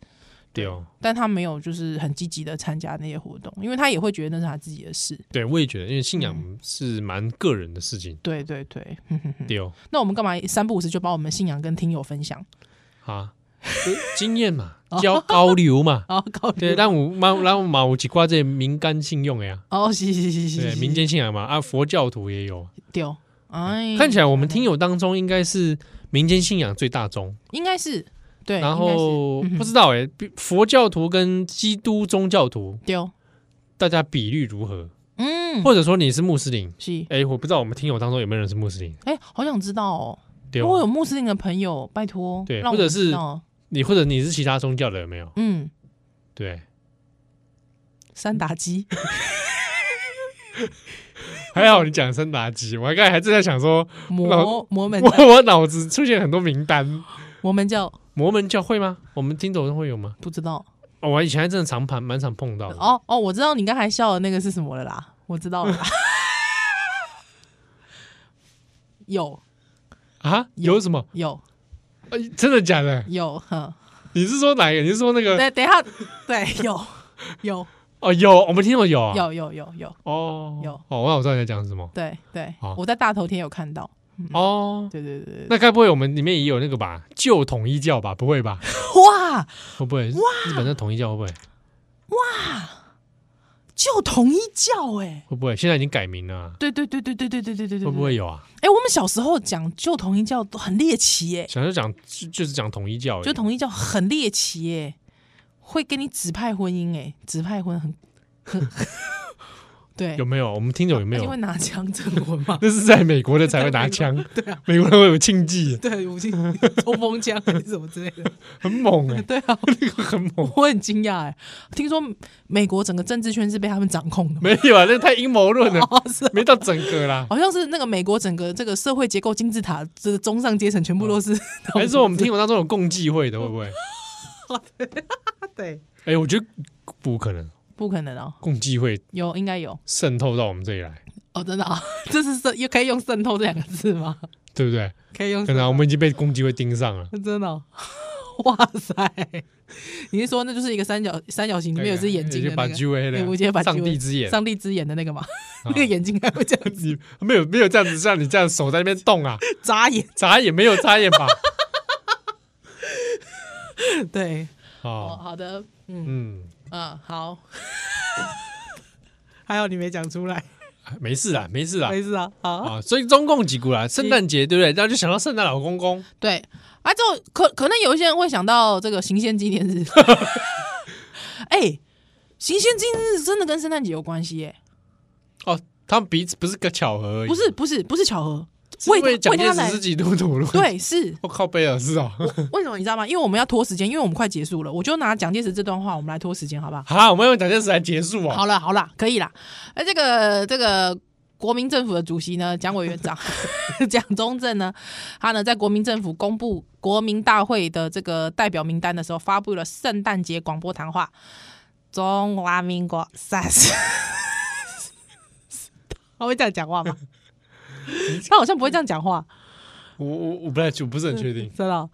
Speaker 2: 对哦，
Speaker 3: 但他没有就是很积极的参加那些活动，因为他也会觉得那是他自己的事。
Speaker 2: 对我也觉得，因为信
Speaker 3: 嗯
Speaker 2: 仰是蛮个人的事情，
Speaker 3: 对对对，哼哼哼
Speaker 2: 对 [LAUGHS] 哦，
Speaker 3: 那我们干嘛三不五时就把我们信仰跟听友分享？ [LAUGHS]
Speaker 2: 啊，经验嘛，交交流嘛，
Speaker 3: 哦，搞
Speaker 2: 对，让我嘛，让我嘛有一挂这民间信用的呀，
Speaker 3: 哦，是是是是
Speaker 2: 对，
Speaker 3: 是，
Speaker 2: 民间信仰嘛，啊，佛教徒也有，
Speaker 3: 丢，哎，
Speaker 2: 看起来我们听友当中应该是民间信仰最大宗，
Speaker 3: 应该是对，
Speaker 2: 然后
Speaker 3: 应该是嗯哼
Speaker 2: 不知道哎，比佛教徒跟基督宗教徒
Speaker 3: 丢，
Speaker 2: 大家比率如何？
Speaker 3: 嗯，
Speaker 2: 或者说你是穆斯林？
Speaker 3: 是，
Speaker 2: 哎，我不知道我们听友当中有没有人是穆斯林，
Speaker 3: 哎，好想知道哦，
Speaker 2: 对
Speaker 3: 如果有
Speaker 2: 哦，
Speaker 3: 穆斯林的朋友，拜托，
Speaker 2: 对
Speaker 3: 让我
Speaker 2: 或者
Speaker 3: 们知
Speaker 2: 是
Speaker 3: 道
Speaker 2: 你或者你是其他宗教的有没有？
Speaker 3: 嗯，
Speaker 2: 对，
Speaker 3: 三
Speaker 2: [LAUGHS]
Speaker 3: 打鸡，
Speaker 2: 还好你讲三打鸡，我刚才还正在想说，
Speaker 3: 摩摩门教，
Speaker 2: 我我脑子出现很多名单，
Speaker 3: 摩门教
Speaker 2: 摩门教会吗？我们听懂会有吗？
Speaker 3: 不知道。
Speaker 2: 哦，我以前还真的常盘蛮常碰到的。
Speaker 3: 哦哦，我知道你刚才笑的那个是什么了啦，我知道了啦。 [LAUGHS] 有
Speaker 2: 啊，有什么？
Speaker 3: 有
Speaker 2: 呃真的假的？
Speaker 3: 有，哼，
Speaker 2: 你是说哪一个？你是说那个？
Speaker 3: 对，等一下，对，有有
Speaker 2: 哦，有，我们听懂有啊。
Speaker 3: 有有有有，
Speaker 2: 哦，
Speaker 3: 有
Speaker 2: 哦，那我知道你在讲什么。
Speaker 3: 对对
Speaker 2: 好，
Speaker 3: 我在大头贴有看到，
Speaker 2: 哦，
Speaker 3: 对对对对，
Speaker 2: 那该不会我们里面也有那个吧？旧统一教吧？不会吧？
Speaker 3: 哇，
Speaker 2: 会不会？日本的统一教会不会？
Speaker 3: 就同一教哎、
Speaker 2: 会不会？现在已经改名了啊，
Speaker 3: 对对对对对对对对对对，
Speaker 2: 会不会？有啊？
Speaker 3: 哎，我们小时候讲就同一教都很猎奇哎、
Speaker 2: 想就讲就就是讲统一教而已，
Speaker 3: 就统一教很猎奇哎、会给你指派婚姻哎、指派婚很很， [LAUGHS] 对，
Speaker 2: 有没有？我们听懂有没
Speaker 3: 而且
Speaker 2: 有
Speaker 3: 会？拿枪证婚 [LAUGHS] 吗？
Speaker 2: 那是在美国的才会
Speaker 3: [LAUGHS]
Speaker 2: 拿枪，对啊，美国人会有庆忌，
Speaker 3: 对，武器冲锋枪还是什么之类 [LAUGHS] 的。
Speaker 2: 很猛哎、
Speaker 3: 对啊，
Speaker 2: 那个很猛。
Speaker 3: 我很惊讶哎，听说美国整个政治圈是被他们掌控的吗，
Speaker 2: [LAUGHS] 没有啊，那太阴谋论了，
Speaker 3: [LAUGHS] 哦是。哦
Speaker 2: 没到整个
Speaker 3: [LAUGHS]
Speaker 2: 啦。
Speaker 3: 好像是那个美国整个这个社会结构金字塔，这个中上阶层全部都是那种。
Speaker 2: 还是说我们听友当中有共济会的，会不会？
Speaker 3: [LAUGHS] 对，
Speaker 2: 哎、我觉得不可能，
Speaker 3: 嗯不可能哦，
Speaker 2: 共济会
Speaker 3: 有应该有
Speaker 2: 渗透到我们这里来，
Speaker 3: 哦，真的啊， [LAUGHS] 这是渗也可以用渗透这两个字吗？
Speaker 2: 对不对？
Speaker 3: 可以用
Speaker 2: 可能啊我们已经被共济会盯上了。 [LAUGHS]
Speaker 3: 真的哦、 [LAUGHS] 哇塞！你是说那就是一个三角三角形里面有只眼睛的
Speaker 2: 就
Speaker 3: 那
Speaker 2: 把
Speaker 3: 个？
Speaker 2: G V
Speaker 3: 对
Speaker 2: 的，
Speaker 3: 我觉得把
Speaker 2: 上帝之眼，啊
Speaker 3: 上帝之眼的那个嘛， [LAUGHS] 那个眼睛还会这
Speaker 2: [LAUGHS]
Speaker 3: 样子
Speaker 2: 你没有没有这样子，像你这样手在那边动啊，
Speaker 3: 眨眼，
Speaker 2: 眨眼没有眨眼
Speaker 3: [LAUGHS]
Speaker 2: 吧？
Speaker 3: 对，哦，
Speaker 2: 哦，
Speaker 3: 好的，嗯
Speaker 2: 嗯，
Speaker 3: 嗯，好。 [LAUGHS] 还有你没讲出来，
Speaker 2: 啊没事啦，没事啦。
Speaker 3: 没事啊，好，
Speaker 2: 啊，所以中共几股啦，圣诞节对不对？然后就想到圣诞老公公，
Speaker 3: 对，啊，就可可能有一些人会想到这个行宪纪念日，
Speaker 2: [LAUGHS]
Speaker 3: 哎、行宪纪念日真的跟圣诞节有关系耶、
Speaker 2: 哦，他们彼此不是个巧合而已，
Speaker 3: 不是不是不是巧合，
Speaker 2: 是
Speaker 3: 为
Speaker 2: 因为蒋
Speaker 3: 为
Speaker 2: 介
Speaker 3: 他
Speaker 2: 石
Speaker 3: 来
Speaker 2: 是基督徒了。，
Speaker 3: 对，是
Speaker 2: [LAUGHS] 我靠贝尔是啊，
Speaker 3: 为什么你知道吗？因为我们要拖时间，因为我们快结束了，我就拿蒋介石这段话，我们来拖时间，好不好？
Speaker 2: [LAUGHS] 好啦，我们要用蒋介石来结束啊。
Speaker 3: 好了好了，可以啦。那这个这个国民政府的主席呢，蒋委员长 [LAUGHS] 蒋中正呢，他呢在国民政府公布国民大会的这个代表名单的时候，发布了圣诞节广播谈话，中华民国三十。他会这样讲话吗？他好像不会这样讲话。
Speaker 2: 我我我不太我不
Speaker 3: 嗯
Speaker 2: 是很确定。
Speaker 3: 知道，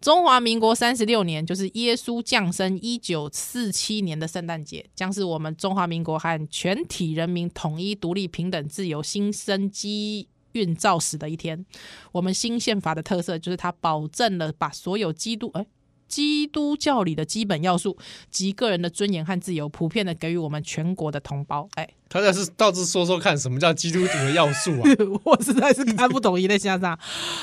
Speaker 3: 中华民国三十六年，就是耶稣降生一九四七年的圣诞节，将是我们中华民国和全体人民统一、独立、平等、自由、新生机运造始的一天。我们新宪法的特色就是它保证了把所有基督哎。基督教里的基本要素及个人的尊严和自由，普遍的给予我们全国的同胞。哎，
Speaker 2: 他在是到处说说看，什么叫基督徒的要素
Speaker 3: [LAUGHS]
Speaker 2: 啊？
Speaker 3: 我实在是看不懂一类现象。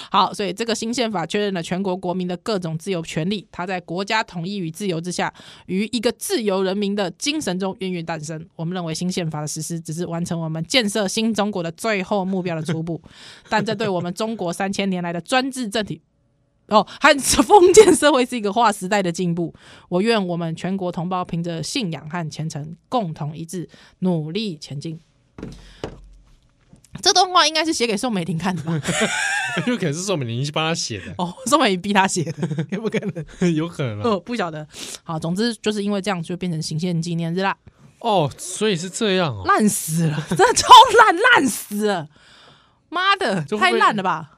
Speaker 3: 好，所以这个新宪法确认了全国国民的各种自由权利，它在国家统一与自由之下，于一个自由人民的精神中孕育诞生。我们认为新宪法的实施只是完成我们建设新中国的最后目标的初步，但这对我们中国三千年来的专制政体。哦，和封建社会是一个划时代的进步。我愿我们全国同胞凭着信仰和虔诚，共同一致，努力前进。这段话应该是写给宋美龄看的吧？
Speaker 2: 有可能是宋美龄去帮他写
Speaker 3: [LAUGHS]
Speaker 2: 的，
Speaker 3: 哦，宋美龄逼他写
Speaker 2: 啊
Speaker 3: 的，也不可
Speaker 2: [LAUGHS]
Speaker 3: 能。
Speaker 2: 有可能啊
Speaker 3: 呃，不晓得。好，总之就是因为这样，就变成行宪纪念日啦，
Speaker 2: 哦，所以是这样哦。
Speaker 3: 烂死
Speaker 2: [LAUGHS]
Speaker 3: 了，真的超烂，烂死了！妈的，
Speaker 2: 这会不
Speaker 3: 太
Speaker 2: 会
Speaker 3: 烂了吧？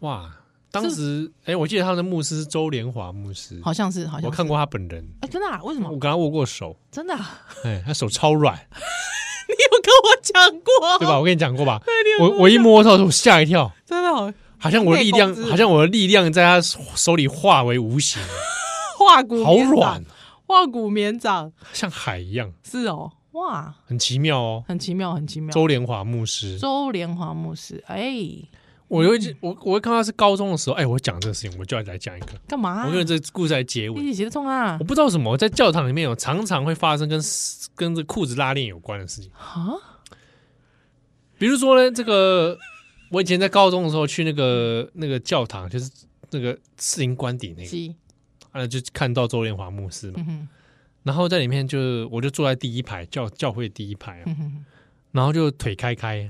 Speaker 2: 哇，当时哎，我记得他们的牧师是周连华牧师，
Speaker 3: 好像是，好
Speaker 2: 我
Speaker 3: 像是。
Speaker 2: 看过哦他本人，
Speaker 3: 哎，真的、啊？为什么
Speaker 2: 我？跟他握过手，
Speaker 3: 真的、啊？ [LAUGHS]
Speaker 2: 哎，他手超软，
Speaker 3: 你有跟我讲过？啊
Speaker 2: 对吧？？我跟你讲过吧
Speaker 3: 哎你有，跟
Speaker 2: 我我一摸到的时候我吓一跳，
Speaker 3: 真的哦
Speaker 2: 好像我的力量
Speaker 3: 内功之，
Speaker 2: 好像我的力量在他手里化为无形，
Speaker 3: 化骨
Speaker 2: 好
Speaker 3: 绵掌
Speaker 2: 软，，啊
Speaker 3: 化骨绵掌
Speaker 2: 像海一样，
Speaker 3: 是哦，哇，
Speaker 2: 很奇妙哦。
Speaker 3: 很奇妙，很奇妙。
Speaker 2: 周连华牧师，
Speaker 3: 周莲华牧师，哎，
Speaker 2: 我会记我我会看到是高中的时候，哎，我讲这个事情，我就要来讲一个，
Speaker 3: 干嘛、啊
Speaker 2: 我用这个故事来结尾
Speaker 3: 一。起写的痛啊
Speaker 2: 我！不知道为什么，在教堂里面有常常会发生跟跟这裤子拉链有关的事情。
Speaker 3: 啊，
Speaker 2: 比如说呢，这个我以前在高中的时候去那个那个教堂，就是那个四灵官邸那个，
Speaker 3: 鸡，
Speaker 2: 啊，就看到周连华牧师嘛
Speaker 3: 嗯，哼，
Speaker 2: 然后在里面就我就坐在第一排教教会第一排、啊
Speaker 3: 嗯，哼，
Speaker 2: 然后就腿开开、啊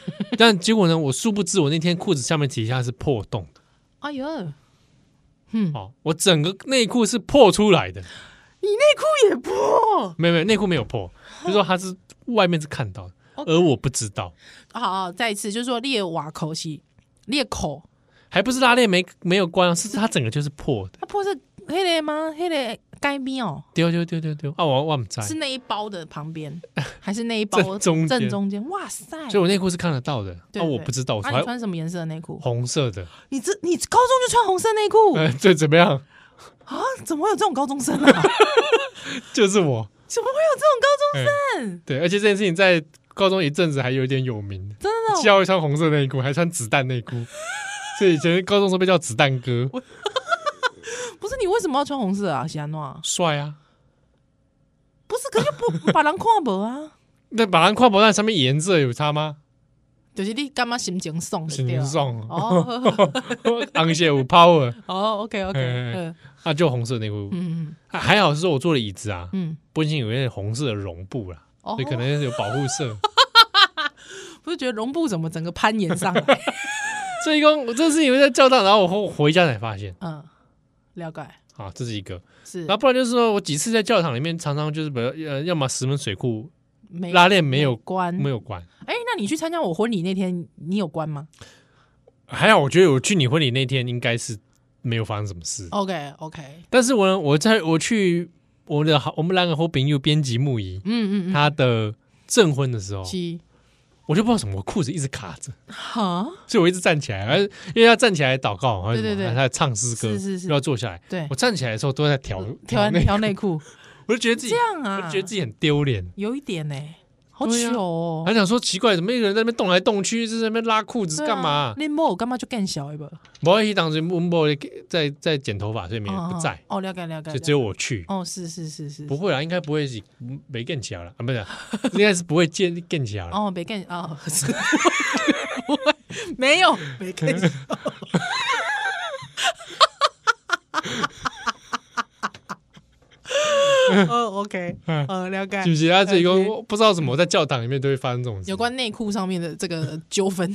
Speaker 2: [LAUGHS] 但结果呢，我殊不知我那天裤子下面底下是破洞的，
Speaker 3: 哎呦。嗯
Speaker 2: 哦，我整个内裤是破出来的，
Speaker 3: 你内裤也破？
Speaker 2: 没有没有内裤没有破，就是说它是外面是看到的，而我不知道。
Speaker 3: 好好哦再一次就是说裂瓦口是裂口，
Speaker 2: 还不是拉链没没有关啊，是它整个就是破的，
Speaker 3: 它破是黑的吗？黑的该边哦，
Speaker 2: 丢丢丢丢丢啊！我我不在，
Speaker 3: 是
Speaker 2: 所
Speaker 3: 那一包的
Speaker 2: [LAUGHS]
Speaker 3: 旁边，还是那一包
Speaker 2: 正中间
Speaker 3: 正中间？哇塞！
Speaker 2: 以我内裤是看得到的，
Speaker 3: 对
Speaker 2: 啊，我
Speaker 3: 对
Speaker 2: 不知道，我
Speaker 3: 啊，你
Speaker 2: 还哦
Speaker 3: 穿什么颜色的内裤？
Speaker 2: 红色的，
Speaker 3: 你这你高中就穿红色内裤
Speaker 2: 呃，这怎么样？
Speaker 3: 啊？怎么会有这种高
Speaker 2: [LAUGHS]
Speaker 3: 中生啊？
Speaker 2: 就是我，
Speaker 3: 怎么会有这种高中？
Speaker 2: 哎
Speaker 3: 嗯，
Speaker 2: 对，而且这件事情在高中一阵子还有一点有名，
Speaker 3: 真的哦，
Speaker 2: 教会穿红色内裤，还穿子弹内裤，所以以前高中时候被叫子弹哥，
Speaker 3: 不是你为什么要穿红色啊？喜
Speaker 2: [LAUGHS]
Speaker 3: 安诺，
Speaker 2: 帅啊！
Speaker 3: 不是，可就不把人看无啊？
Speaker 2: 那把人跨博蛋上面颜色有差吗？
Speaker 3: 就是你干嘛心情爽？
Speaker 2: 心情爽哦，
Speaker 3: 哦呵呵
Speaker 2: 昂些有 power
Speaker 3: 哦，OK OK，
Speaker 2: 哎哎
Speaker 3: 嗯
Speaker 2: 啊，就红色内裤，
Speaker 3: 嗯嗯
Speaker 2: 啊还好是我坐的椅子啊，
Speaker 3: 嗯，
Speaker 2: 不仅有那红色的绒布啦，
Speaker 3: 哦
Speaker 2: 所以可能有保护色。
Speaker 3: 不是觉得绒布怎么整个攀岩上来？
Speaker 2: [LAUGHS] 这一共我这是因为在教堂，然后我后回家才发现
Speaker 3: 嗯，了解
Speaker 2: 啊，这是一个。
Speaker 3: 是
Speaker 2: 然后不然就是说我几次在教堂里面，常常就是比如呃，要么石门水库
Speaker 3: 没
Speaker 2: 拉链没有
Speaker 3: 关
Speaker 2: 没有关。
Speaker 3: 哎、那你去参加我婚礼那天，你有关吗
Speaker 2: 还好，我觉得我去你婚礼那天应该是没有发生什么事。
Speaker 3: ？OK OK，
Speaker 2: 但是我呢，我在我去我的好我们两个好朋友编辑木仪
Speaker 3: 嗯嗯嗯，
Speaker 2: 他的证婚的时候，
Speaker 3: 七
Speaker 2: 我就不知道什么，我裤子一直卡着，
Speaker 3: 哈，
Speaker 2: 所以我一直站起来，而因为他站起来祷告，还是什么
Speaker 3: 对对对
Speaker 2: 他唱诗歌，
Speaker 3: 是是是
Speaker 2: 又要坐下来。
Speaker 3: 对
Speaker 2: 我站起来的时候都在调
Speaker 3: 挑
Speaker 2: 内裤
Speaker 3: 挑内裤，
Speaker 2: 我就觉得自己
Speaker 3: 这样啊
Speaker 2: 我就觉得自己很丢脸，
Speaker 3: 有一点呢、好
Speaker 2: 对啊
Speaker 3: 糗哦、
Speaker 2: 还想说奇怪，怎么一个人在那边动来动去，是在那边拉裤子
Speaker 3: 对啊
Speaker 2: 干嘛？
Speaker 3: 你摸我干嘛就更小一个？
Speaker 2: 不好意思，当时温博在在剪头发，所以没人
Speaker 3: 哦
Speaker 2: 不在，
Speaker 3: 哦，了解了解，
Speaker 2: 就只有我去。
Speaker 3: 哦，是是是是，
Speaker 2: 不会啦，应该不会是没更啊 [LAUGHS] 巧了啊，不是，应该是不会见更巧了。
Speaker 3: 哦，没更哦，是哦不会没有，没看见。哦，OK，呃，了解
Speaker 2: 是。不是？他这一
Speaker 3: 嗯
Speaker 2: 共不知道怎么在教堂里面都会发生这种事
Speaker 3: 有，关内裤上面的这个纠纷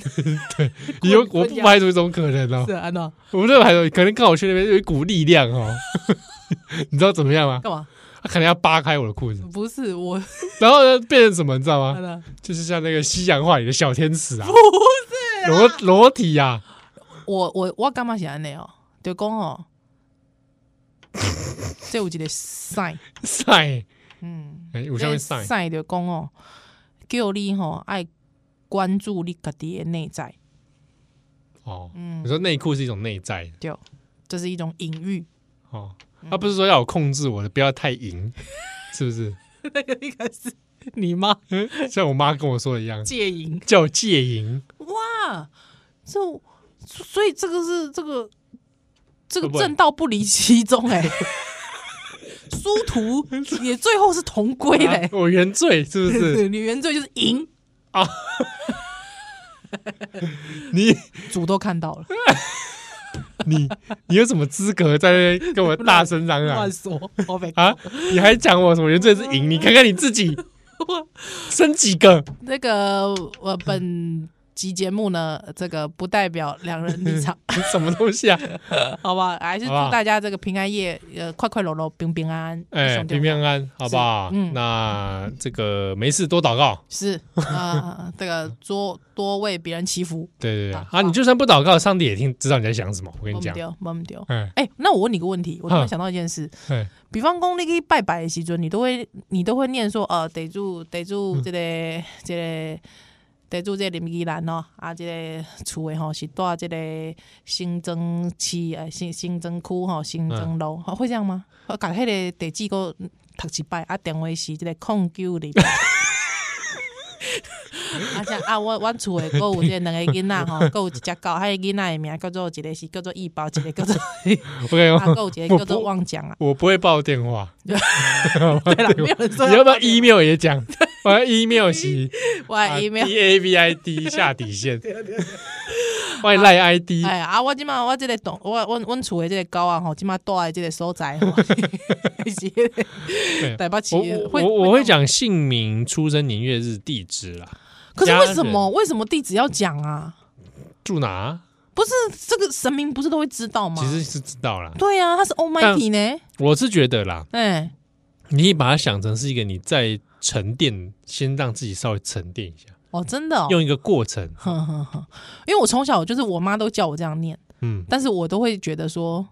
Speaker 2: [LAUGHS] 有我不排除一种可能哦
Speaker 3: 是，啊安娜
Speaker 2: 我不是排除，可能刚好去那边有一股力量哦， [LAUGHS] 你知道怎么样吗？
Speaker 3: 干嘛？
Speaker 2: 他可能要扒开我的
Speaker 3: [LAUGHS]
Speaker 2: 裤子，
Speaker 3: 不是我，
Speaker 2: 然后呢变成什么，你知道
Speaker 3: 安
Speaker 2: 吗？
Speaker 3: 娜
Speaker 2: 就是像那个西洋画里的小天使啊，不是裸裸体啊，
Speaker 3: 我我我干嘛是安尼哦？就讲哦，这有一个 sign，
Speaker 2: 晒，
Speaker 3: 嗯，
Speaker 2: 哎，我下面晒，
Speaker 3: sign 就讲哦，叫你吼爱关注你家己的内在，
Speaker 2: 哦，
Speaker 3: 嗯
Speaker 2: 你说内裤是一种内在的
Speaker 3: 对，这是一种隐喻。
Speaker 2: 哦，
Speaker 3: 嗯
Speaker 2: 他不是说要我控制我的，不要太淫，是不是？
Speaker 3: [LAUGHS] 那个应该是你妈
Speaker 2: 嗯像我妈跟我说的一样，
Speaker 3: 戒淫
Speaker 2: 叫我戒
Speaker 3: [LAUGHS]
Speaker 2: 淫，
Speaker 3: 哇，这所以这个是这个这个
Speaker 2: 会不会
Speaker 3: 正道不离其宗哎、殊
Speaker 2: [LAUGHS]
Speaker 3: 途也最后是同归嘞、 [LAUGHS]
Speaker 2: 啊我原罪是不是？
Speaker 3: 你原罪就是赢，
Speaker 2: 你
Speaker 3: 主都看到了，
Speaker 2: 你你有什么资格在那边跟我大声嚷嚷
Speaker 3: 乱说，我被
Speaker 2: 啊？你还讲我什么原罪是淫？你看看你自己，生几个？
Speaker 3: [LAUGHS] 那个我本集节目呢，这个不代表两人立
Speaker 2: [LAUGHS]
Speaker 3: 场，
Speaker 2: 什么东西啊？
Speaker 3: 好吧？还是祝
Speaker 2: 好吧
Speaker 3: 大家这个平安夜，呃，快快乐乐，平平安安，
Speaker 2: 哎、
Speaker 3: 兄弟
Speaker 2: 平平安安，好不好？
Speaker 3: 是嗯
Speaker 2: 那这个没事多祷告，
Speaker 3: 是啊， [LAUGHS] 这个多多为别人祈福，
Speaker 2: 对对对
Speaker 3: 啊
Speaker 2: 啊
Speaker 3: 好
Speaker 2: 你就算不祷告，上帝也听知道你在想什么。我跟你
Speaker 3: 我们
Speaker 2: 讲，
Speaker 3: 丢，我们丢。
Speaker 2: 哎
Speaker 3: 哎，那我问你个问题，我突然
Speaker 2: 嗯
Speaker 3: 想到一件事，
Speaker 2: 哎
Speaker 3: 比方讲你去拜拜的时阵，你都会你都会念说，呃，得住得住这个这个得住这个林依兰哦，啊，这个厝的吼是住这个新增区呃新新增区吼新增路，吼会这样吗？我把迄个地址个读一摆，啊，电话是这个空九零。啊，像啊，我我厝诶，搁有这两个囡仔吼，搁有一只狗，迄个囡仔诶名叫做一个是叫做易宝，一个叫做
Speaker 2: 我跟你
Speaker 3: 啊，
Speaker 2: 讲，
Speaker 3: 搁有一个
Speaker 2: 我
Speaker 3: 叫做
Speaker 2: 不
Speaker 3: 忘
Speaker 2: [LAUGHS]
Speaker 3: 讲啊。
Speaker 2: 我不会报电话。
Speaker 3: 对啊了，没有人说
Speaker 2: 你要不要 email 也讲？我要 email 是
Speaker 3: [LAUGHS] 我的啊 email？啊
Speaker 2: D 啊 A V I
Speaker 3: [LAUGHS]
Speaker 2: D 下底线，我赖 I D
Speaker 3: 哎啊，我即马我即个动，我我阮厝的即个狗啊吼，即马住的即个所在吼，
Speaker 2: [LAUGHS]
Speaker 3: 是那个台北市
Speaker 2: 我
Speaker 3: 的
Speaker 2: 我我我会
Speaker 3: 这样，
Speaker 2: 讲姓名、出生年月日、地址啦，
Speaker 3: 可是
Speaker 2: 家
Speaker 3: 为什么
Speaker 2: 人
Speaker 3: 为什么地址要讲啊？
Speaker 2: 住哪，啊
Speaker 3: 不是这个神明不是都会知道吗？
Speaker 2: 其实是知道啦。
Speaker 3: 对啊，他是 Almighty 呢，
Speaker 2: 我是觉得啦，
Speaker 3: 哎，
Speaker 2: 你把它想成是一个你在沉淀，先让自己稍微沉淀一下，
Speaker 3: 哦，真的哦，
Speaker 2: 用一个过
Speaker 3: [LAUGHS]
Speaker 2: 程。
Speaker 3: 哼哼哼，因为我从小就是我妈都叫我这样念，
Speaker 2: 嗯，
Speaker 3: 但是我都会觉得说，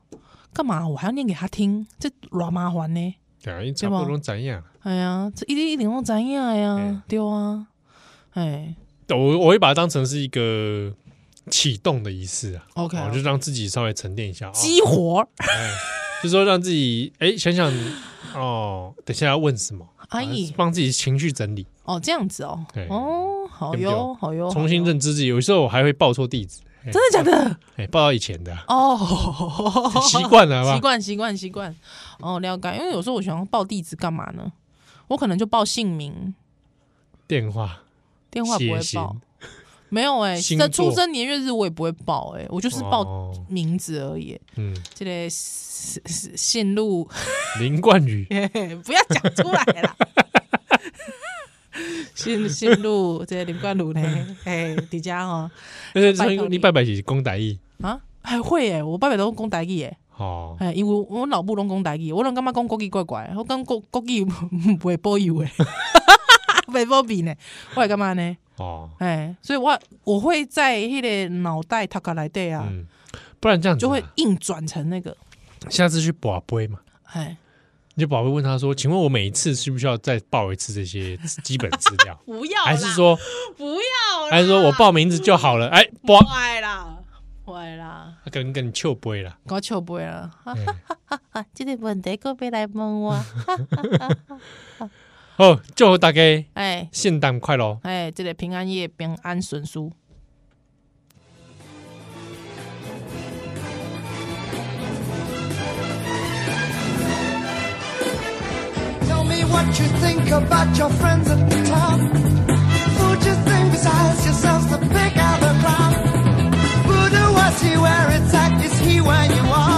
Speaker 3: 干嘛我还要念给他听，这偌麻烦呢？
Speaker 2: 对啊，因为差不多都怎样。
Speaker 3: 哎呀，这一定一定拢知影的呀
Speaker 2: 嗯，
Speaker 3: 对啊，哎
Speaker 2: 我我会把它当成是一个启动的仪式啊，
Speaker 3: ，OK，
Speaker 2: 我就让自己稍微沉淀一下。哦
Speaker 3: [LAUGHS] 激活，
Speaker 2: 哎， [LAUGHS] 就说让自己哎想想哦，等一下要问什么，啊
Speaker 3: 哎呀，
Speaker 2: 帮自己情绪整理，
Speaker 3: 哦，这样子哦
Speaker 2: 对，
Speaker 3: 哦，好
Speaker 2: 对不
Speaker 3: 哟，
Speaker 2: 对
Speaker 3: 好哟，
Speaker 2: 重新
Speaker 3: 好哟，
Speaker 2: 认知自己。有时候我还会报错地址，哎
Speaker 3: 真的假
Speaker 2: [LAUGHS]
Speaker 3: 的？
Speaker 2: 哎，报到以前的啊，
Speaker 3: 哦， [LAUGHS]
Speaker 2: 习惯了
Speaker 3: 习
Speaker 2: 吧？
Speaker 3: 惯习惯习惯，哦，了解。因为有时候我喜欢报地址干嘛呢？我可能就报姓名，
Speaker 2: 电话
Speaker 3: 电话不会
Speaker 2: 血型
Speaker 3: 报，没有哎，
Speaker 2: 星
Speaker 3: 这
Speaker 2: 座
Speaker 3: 出生年月日我也不会报哎，我就是报
Speaker 2: 哦
Speaker 3: 名字而已。
Speaker 2: 嗯，
Speaker 3: 这个是是线路
Speaker 2: 林冠宇
Speaker 3: [LAUGHS] 不要讲出来
Speaker 2: [LAUGHS]
Speaker 3: 啦。新新路这个林冠儒呢，哎，底家哦
Speaker 2: 但是
Speaker 3: 拜托你
Speaker 2: 你拜拜是公歹义
Speaker 3: 啊，还会哎，我爸爸都讲台语哎，
Speaker 2: 哦，
Speaker 3: 哎，因为我老母拢讲台语，我拢感觉讲国语怪怪，我讲国国语袂保佑 [LAUGHS] 哎，袂保庇呢，我会干嘛呢？
Speaker 2: 哦，
Speaker 3: 哎，所以我我会在迄个脑袋头壳内底啊，
Speaker 2: 嗯，不然这样子啊
Speaker 3: 就会硬转成那个
Speaker 2: 下次去把杯嘛。
Speaker 3: 哎，，
Speaker 2: 你就宝贝问他说：“请问我每一次需不需要再报一次这些基本资料
Speaker 3: [LAUGHS]
Speaker 2: [LAUGHS]
Speaker 3: 不要啦
Speaker 2: 还是说，
Speaker 3: 不要啦，
Speaker 2: 还是说我报名字就好了？”哎，报
Speaker 3: 坏啦坏啦。
Speaker 2: 他可能跟你臭杯了。
Speaker 3: 我笑杯啦，哈
Speaker 2: 哎
Speaker 3: 哈， [LAUGHS] 这个问题搁别来问我，
Speaker 2: 哦，祝大家
Speaker 3: 哎
Speaker 2: 圣诞快乐！
Speaker 3: 哎，这个平安夜平安顺遂。
Speaker 5: Tell me what you think about your friends at the top. Who'd you think besides yourselves the pick of the crop? see where it's at. Is he where you are?